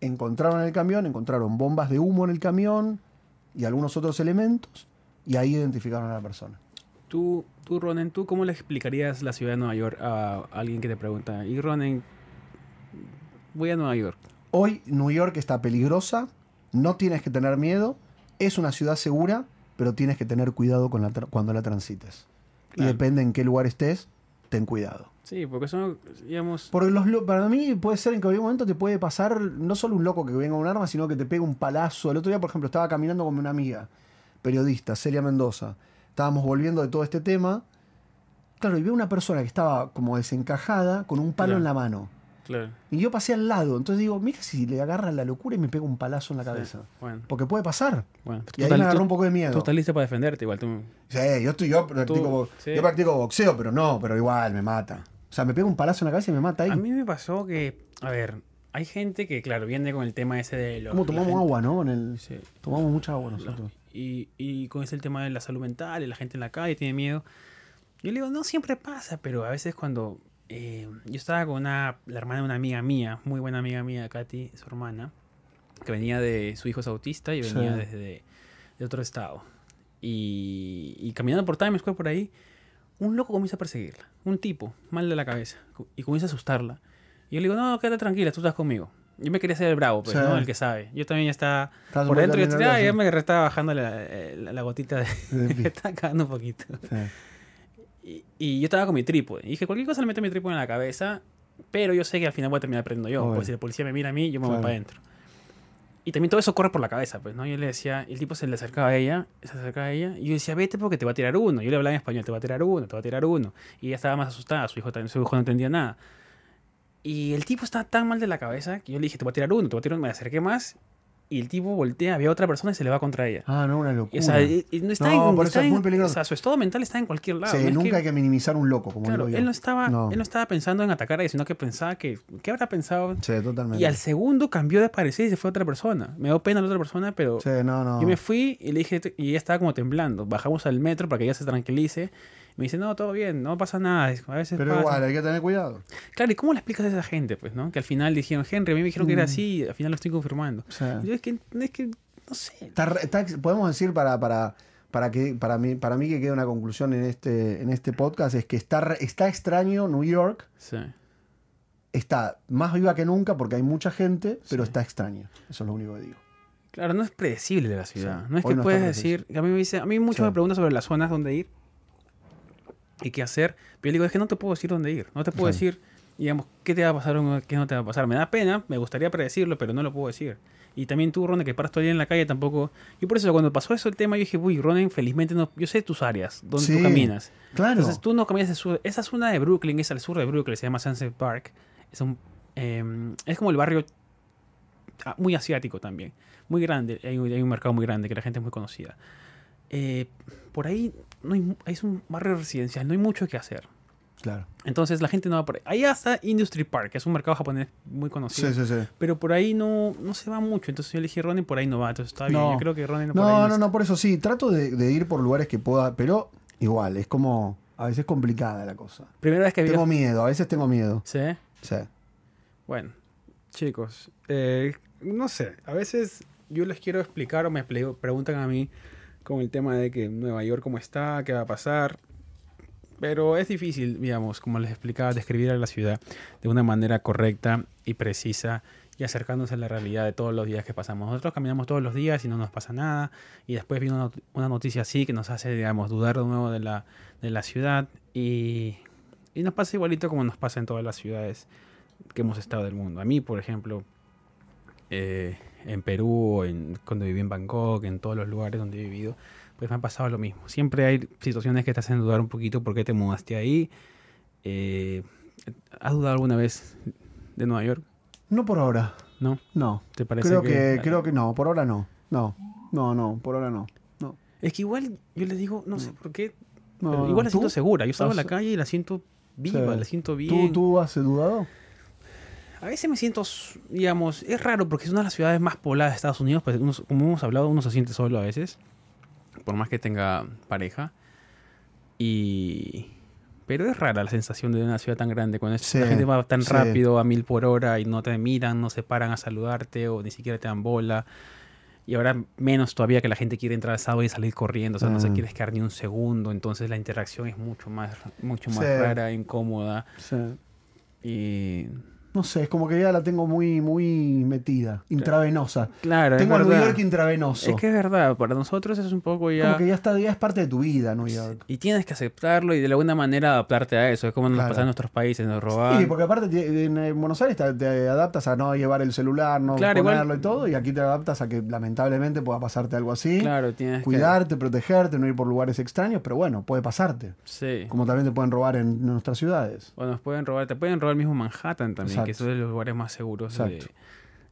Encontraron el camión, encontraron bombas de humo en el camión y algunos otros elementos. Y ahí identificaron a la persona.
Tú, tú, Ronen, ¿tú cómo le explicarías la ciudad de Nueva York a alguien que te pregunta, y Ronen, voy a Nueva York?
Hoy Nueva York está peligrosa, no tienes que tener miedo, es una ciudad segura, pero tienes que tener cuidado con la tra- cuando la transites.
Claro.
Y depende en qué lugar estés, ten cuidado.
Sí, porque son, digamos,
Porque los lo- para mí puede ser en cualquier momento te puede pasar no solo un loco que venga con un arma, sino que te pega un palazo. El otro día, por ejemplo, estaba caminando con una amiga, periodista, Celia Mendoza. Estábamos volviendo de todo este tema. Claro, y veo una persona que estaba como desencajada con un palo
Claro.
en la mano.
claro,
Y yo pasé al lado. Entonces digo, mira si le agarra la locura y me pega un palazo en la cabeza.
bueno,
Porque puede pasar.
bueno.
Y ahí me agarró un poco de miedo.
Tú estás listo para defenderte igual, tú.
Sí, yo, estoy, yo, practico,
Tú-
bo-
sí.
yo practico boxeo, pero no, pero igual me mata. O sea, me pega un palazo en la cabeza y me mata ahí.
A mí me pasó que, a ver, hay gente que, claro, viene con el tema ese de los...
Como
la
tomamos
gente-
agua, ¿no? En el-
Sí.
Tomamos mucha agua nosotros.
Y, y con ese el tema de la salud mental, y la gente en la calle tiene miedo. Yo le digo, no siempre pasa, pero a veces cuando eh, yo estaba con una, la hermana de una amiga mía, muy buena amiga mía, Katy, su hermana, que venía de, su hijo es autista y
Sí.
venía desde de otro estado. Y, y caminando por Times Square por ahí, un loco comienza a perseguirla, un tipo, mal de la cabeza, co- y comienza a asustarla. Y yo le digo, no, quédate tranquila, tú estás conmigo. Yo me quería hacer el bravo, pues,
Sí.
¿no? El que sabe. Yo también ya estaba
Estás
por
muy
dentro, yo
terminando
estaba,
así.
ya me estaba bajando la, eh, la- la gotita de... [LAUGHS]
De
me
pie.
estaba cagando un poquito.
Sí.
Y, y yo estaba con mi trípode. Y dije, cualquier cosa le meto mi trípode en la cabeza, pero yo sé que al final voy a terminar aprendiendo yo.
Obvio.
Pues si la policía me mira a mí, yo me voy
Claro.
para adentro. Y también todo eso corre por la cabeza, pues, ¿no? Yo le decía, y el tipo se le acercaba a ella, se acercaba a ella, y yo decía, vete porque te va a tirar uno. Yo le hablaba en español, te va a tirar uno, te va a tirar uno. Y ella estaba más asustada, su hijo, también- su hijo no entendía nada. Y el tipo estaba tan mal de la cabeza que yo le dije, te va a tirar uno, te va a tirar uno. Me acerqué más, y el tipo voltea, había otra persona y se le va contra ella.
Ah, no, una locura.
O sea, y- y no está
No,
en,
por
está
eso es
en-
muy peligroso.
O sea, su estado mental está en cualquier lado.
Sí,
no es
nunca
que-
hay que minimizar un loco, como
Claro,
digo yo.
él no estaba,
No.
él no estaba pensando en atacar a ella, sino que pensaba que, ¿qué habrá pensado?
Sí, totalmente.
Y al segundo cambió de parecer y se fue a otra persona. Me dio pena la otra persona, pero
Sí, no, no.
yo me fui y le dije, y ella estaba como temblando. Bajamos al metro para que ella se tranquilice. Me dice, no, todo bien, no pasa nada. A veces
Pero
pasa".
igual, eh. hay que tener cuidado.
Claro, ¿y cómo le explicas a esa gente? Pues, ¿no? Que al final dijeron, Henry, a mí me dijeron que era
Mm.
así, y al final lo estoy confirmando.
O sea,
Yo es que, es que, no sé.
está re- está- podemos decir para, para, para, que, para, mí, para mí que quede una conclusión en este, en este podcast es que está, re- está extraño New York.
Sí.
Está más viva que nunca porque hay mucha gente, pero
Sí.
está extraño. Eso es lo único que digo.
Claro, no es predecible la ciudad.
Sí.
No es
Hoy
que
no está
puedes
predecible.
decir. A mí me dice, a mí muchos
Sí.
me preguntan sobre las zonas donde ir y qué hacer. Pero yo digo, es que no te puedo decir dónde ir. No te puedo
Sí.
decir, digamos, qué te va a pasar o qué no te va a pasar. Me da pena, me gustaría predecirlo, pero no lo puedo decir. Y también tú, Ronen, que paras todo el día en la calle tampoco. Yo por eso cuando pasó eso el tema, yo dije, uy, Ronen, felizmente no. Yo sé tus áreas, donde tú
Sí.
caminas.
Claro.
Entonces tú no caminas al sur. Esa zona de Brooklyn es al sur de Brooklyn, se llama Sunset Park. Es, un, em, es como el barrio ah, muy asiático también. Muy grande. Hay un, hay un mercado muy grande que la gente es muy conocida. Eh, por ahí no hay mu- es un barrio residencial, no hay mucho que hacer.
Claro.
Entonces la gente no va por ahí. Ahí hasta Industry Park, que es un mercado japonés muy conocido.
Sí, sí, sí.
Pero por ahí no, no se va mucho. Entonces yo le dije, Ronen por ahí no va. Entonces está bien.
No.
Yo creo que Ronen por ahí
No,
no,
no, no, por eso sí. Trato de, de ir por lugares que pueda, pero igual, es como. A veces es complicada la cosa.
Primera vez que vi.
Tengo miedo, a veces tengo miedo.
¿Sí?
Sí.
Bueno, chicos, eh, no sé, a veces yo les quiero explicar o me ple- preguntan a mí con el tema de que Nueva York cómo está, qué va a pasar, pero es difícil, digamos, como les explicaba, describir a la ciudad de una manera correcta y precisa y acercándose a la realidad de todos los días que pasamos. Nosotros caminamos todos los días y no nos pasa nada y después viene una, not- una noticia así que nos hace, digamos, dudar de nuevo de la, de la ciudad y, y nos pasa igualito como nos pasa en todas las ciudades que hemos estado del mundo. A mí, por ejemplo, eh, en Perú, o en, cuando viví en Bangkok, en todos los lugares donde he vivido, pues me ha pasado lo mismo. Siempre hay situaciones que te hacen dudar un poquito por qué te mudaste ahí. Eh, ¿Has dudado alguna vez de Nueva York?
No por ahora.
¿No?
No.
¿Te parece
Creo que, creo que no, por ahora no. No. No, no, por ahora no. No.
Es que igual yo les digo, no sé por qué,
Mm. no,
pero
no.
igual la
¿Tú?
siento segura. Yo salgo a la
Has-
calle y la siento viva,
Sí.
la siento bien.
¿Tú, ¿Tú has dudado?
A veces me siento, digamos, es raro porque es una de las ciudades más pobladas de Estados Unidos, pues uno- como hemos hablado, uno se siente solo a veces. por más que tenga pareja. Y... Pero es rara la sensación de una ciudad tan grande, cuando es-
Sí,
la gente va tan
sí.
rápido, a mil por hora, y no te miran, no se paran a saludarte, o ni siquiera te dan bola. Y ahora menos todavía que la gente quiere entrar al sábado y salir corriendo, o sea, no se
Mm.
quiere quedar ni un segundo, entonces la interacción es mucho más, mucho más
Sí.
rara, e incómoda.
Sí.
Y
No sé, es como que ya la tengo muy, muy metida, intravenosa.
claro,
Tengo
es
el New
verdad.
York intravenoso.
Es que es verdad, para nosotros es un poco ya...
Como que ya está, ya es parte de tu vida, New York.
Y tienes que aceptarlo y de alguna manera adaptarte a eso. Es como nos
Claro.
pasa en nuestros países, nos roban.
Sí, porque aparte te- en eh, Buenos Aires te, te adaptas a no llevar el celular, no
Claro, igual-
ponerlo y todo, y aquí te adaptas a que lamentablemente pueda pasarte algo así.
claro, tienes
Cuidarte, protegerte, no ir por lugares extraños, pero bueno, puede pasarte.
que... Sí.
Como también te pueden robar en nuestras ciudades.
O nos pueden robar, te pueden robar mismo Manhattan también,
Exacto.
que es uno de los lugares más seguros. de-
Exacto.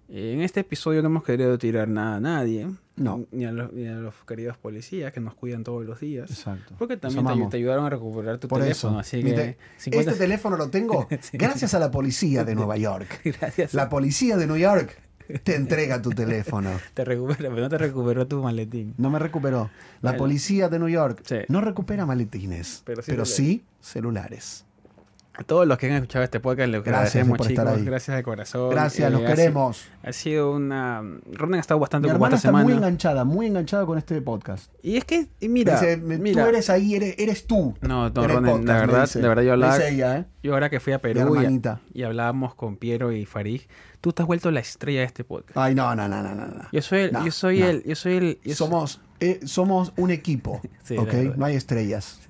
Eh, en este episodio no hemos querido tirar nada a nadie.
No.
Ni a los, ni a los queridos policías que nos cuidan todos los días.
Exacto.
Porque
Los
también te,
amamos.
ayu- te ayudaron a recuperar tu
Por eso.
teléfono. Así
Mi
que...
te-
50
Este teléfono lo tengo gracias a la policía de Nueva York.
[LAUGHS] Gracias.
La policía de New York te entrega tu teléfono.
Te recupera, pero no te recuperó tu maletín.
No me recuperó. La
Bueno.
policía de New York
Sí.
no recupera maletines,
Pero
pero
sí
sí,
celulares.
celulares.
A todos los que han escuchado este podcast, les
Gracias
agradecemos,
por
chicos.
estar ahí.
Gracias de corazón.
Gracias,
Eh,
los
ha
queremos.
si- Ha sido una. Ronan ha estado bastante
Mi
ocupada
hermana
esta
está muy
semana.
enganchada, muy enganchada con este podcast.
Y es que, y
Me
mira,
dice, me-
mira,
tú eres ahí, eres, eres tú.
No, no,
en el
Ronen, la
me
verdad-
dice.
la verdad yo
Me
hablaba-
dice ella, ¿eh?
yo ahora que fui a Perú
Mi
y,
hermanita.
y hablábamos con Piero y Farid, tú te has vuelto la estrella de este podcast.
Ay, no, no, no, no, no, no.
Yo soy el,
No,
yo soy
no.
el, yo soy el, yo soy-
Somos, eh, somos un equipo,
[LAUGHS] Sí, la
¿ok?
verdad.
No hay estrellas.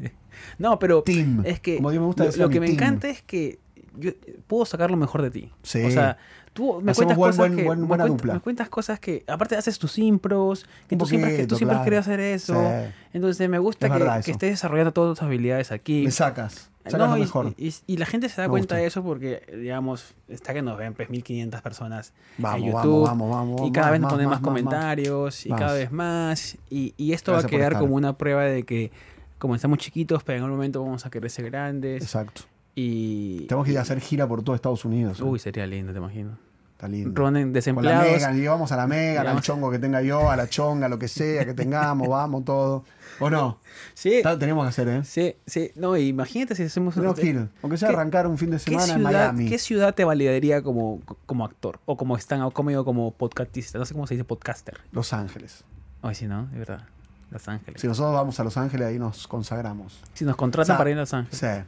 no, pero
Team.
es que
Como a mí me gusta
lo,
decir a
lo
mi
que me
team.
encanta es que yo puedo sacar lo mejor de ti.
Sí.
O sea, tú me
Hacemos
cuentas
buen-
cosas
buen-
que
buen-
me,
buena
cuent-
dupla.
me cuentas cosas que aparte haces tus impros, que
Un
tú siempre, que tú
poquito,
siempre has
claro.
querido hacer eso.
Sí.
Entonces me gusta
Es
que,
verdad
que
eso.
estés desarrollando todas tus habilidades aquí.
Me sacas, sacas
No,
lo
y,
mejor.
y- y la gente se da
Me
cuenta
gusta.
de eso porque, digamos, está que nos ven pues, 1500 personas en
vamos,
YouTube.
vamos, vamos, vamos.
y cada vez nos ponen más,
comentarios.
comentarios y
más.
cada vez más. Y, y esto va
Gracias
a
por
quedar
estar.
como una prueba de que comenzamos chiquitos, pero en algún momento vamos a querer ser grandes.
Exacto.
Y.
Tenemos que ir a hacer gira por todo Estados Unidos. ¿eh?
Uy, sería lindo, te imagino.
Está lindo.
Ronen
Con la
desempleados.
Megan, llevamos a la Megan, al
Llevamos-
chongo que tenga yo, a la chonga, lo que sea que
[LAUGHS]
tengamos, vamos, todo. ¿O no?
Sí,
Ta- tenemos que hacer, ¿eh?
sí, sí. No, imagínate si hacemos
Tenemos que ir. Aunque sea
¿Qué-
arrancar un fin de
¿Qué
semana en
ciudad,
Miami.
¿Qué ciudad te validaría como, como actor? O como stand o como, como podcastista. No sé cómo se dice podcaster.
Los Ángeles.
Ay, sí, ¿no? Es verdad. Los Ángeles.
Si nosotros vamos a Los Ángeles, ahí nos consagramos.
Si nos
O
contratan
sea,
para ir a Los Ángeles.
Sí.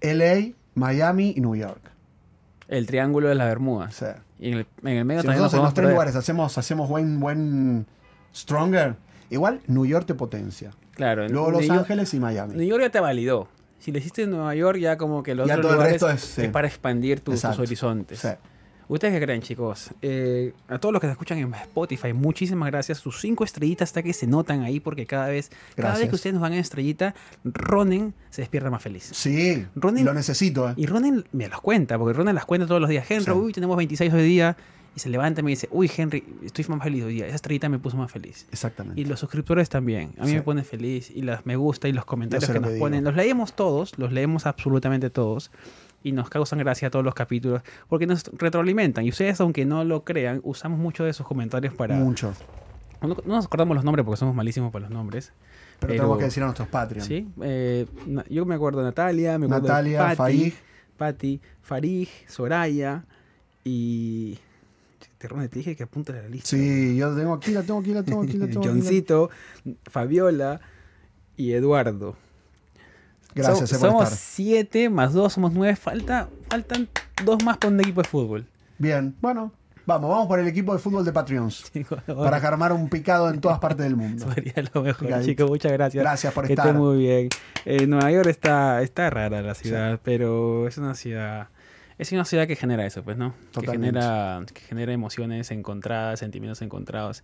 LA, Miami y New York.
El Triángulo de las Bermudas.
Sí.
Y en el, en el medio
Si
también
nosotros en
nos podemos
los tres
perder.
lugares hacemos, hacemos buen, buen stronger, igual New York te potencia.
Claro. en-
Luego Los
New York-
Ángeles y Miami.
New York ya te validó. Si le hiciste en Nueva York, ya como que los
Ya
otros
todo el
lugares
resto es, sí.
para expandir tus, tus
Exacto.
horizontes.
Sí.
¿Ustedes qué creen, chicos? Eh, a todos los que se escuchan en Spotify, muchísimas gracias. Sus cinco estrellitas hasta que se notan ahí porque cada vez, cada vez
Gracias.
que ustedes nos dan una estrellita, Ronen se despierta más feliz.
Sí,
Ronin-
lo necesito, ¿eh?
Y Ronen me las cuenta, porque Ronen las cuenta todos los días. Henry,
Sí.
uy, tenemos 26 hoy día. Y se levanta y me dice, uy, Henry, estoy más feliz hoy día. Esa estrellita me puso más feliz.
Exactamente.
Y los suscriptores también. A mí
Sí.
me pone feliz. Y las me gusta y los comentarios
sé
que
lo
nos
que
ponen.
digo.
Los leemos todos, los leemos absolutamente todos. Y nos causan gracia todos los capítulos. Porque nos retroalimentan. Y ustedes, aunque no lo crean, usamos mucho de sus comentarios para.
Mucho.
No, no nos acordamos los nombres porque somos malísimos para los nombres.
Pero, tenemos que decir a nuestros Patreon.
Sí. Eh, na- yo me acuerdo de Natalia, me acuerdo
Natalia,
de Patti,
Faig.
Patti, Farij, Soraya y. Te, Ronnie, te dije que apunta la lista.
Sí, yo tengo aquí, la tengo aquí, la tengo aquí,
[LAUGHS]
la tengo aquí, la-
Johncito, Fabiola y Eduardo.
Gracias
So-
eh, por
somos
estar.
siete más dos, somos nueve. Falta, faltan dos más para un equipo de fútbol. [LAUGHS]
Bien, bueno, vamos, vamos por el equipo de fútbol de Patreons. Para armar un picado en todas partes del
[LAUGHS]
mundo.
Sería lo mejor,
Picadito.
chicos. Muchas gracias.
Gracias por
que
estar.
esté muy bien. Eh, Nueva York está, está rara la ciudad, pero es una ciudad. Es una ciudad que genera eso, pues, ¿no?
Totalmente.
Que genera, que genera emociones encontradas, sentimientos encontrados.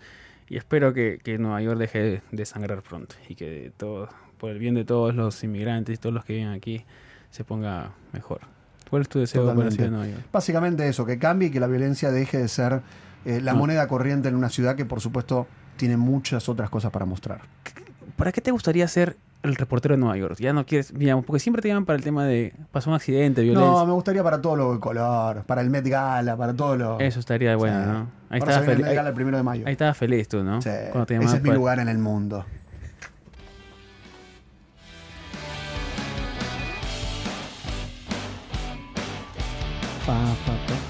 Y espero que, que Nueva York deje de- de sangrar pronto y que todo, por el bien de todos los inmigrantes y todos los que viven aquí, se ponga mejor. ¿Cuál es tu deseo para la
Totalmente.
ciudad de Nueva York?
Básicamente eso, que cambie y que la violencia deje de ser eh, la
No.
moneda corriente en una ciudad que, por supuesto, tiene muchas otras cosas para mostrar.
¿Para qué te gustaría ser el reportero de Nueva York? Ya no quieres, mira, porque siempre te llaman para el tema de pasó un accidente, violencia.
No, me gustaría para todo lo de color, para el Met Gala, para todo lo.
Eso estaría bueno,
O sea,
¿no?
Ahora
Ahí estabas
se viene el
feliz.
Met Gala
Ahí,
el primero de mayo.
ahí estabas feliz tú, ¿no?
Sí,
Cuando te
Ese
llamaban
es mi
para-
lugar en el mundo. pa, pa, pa.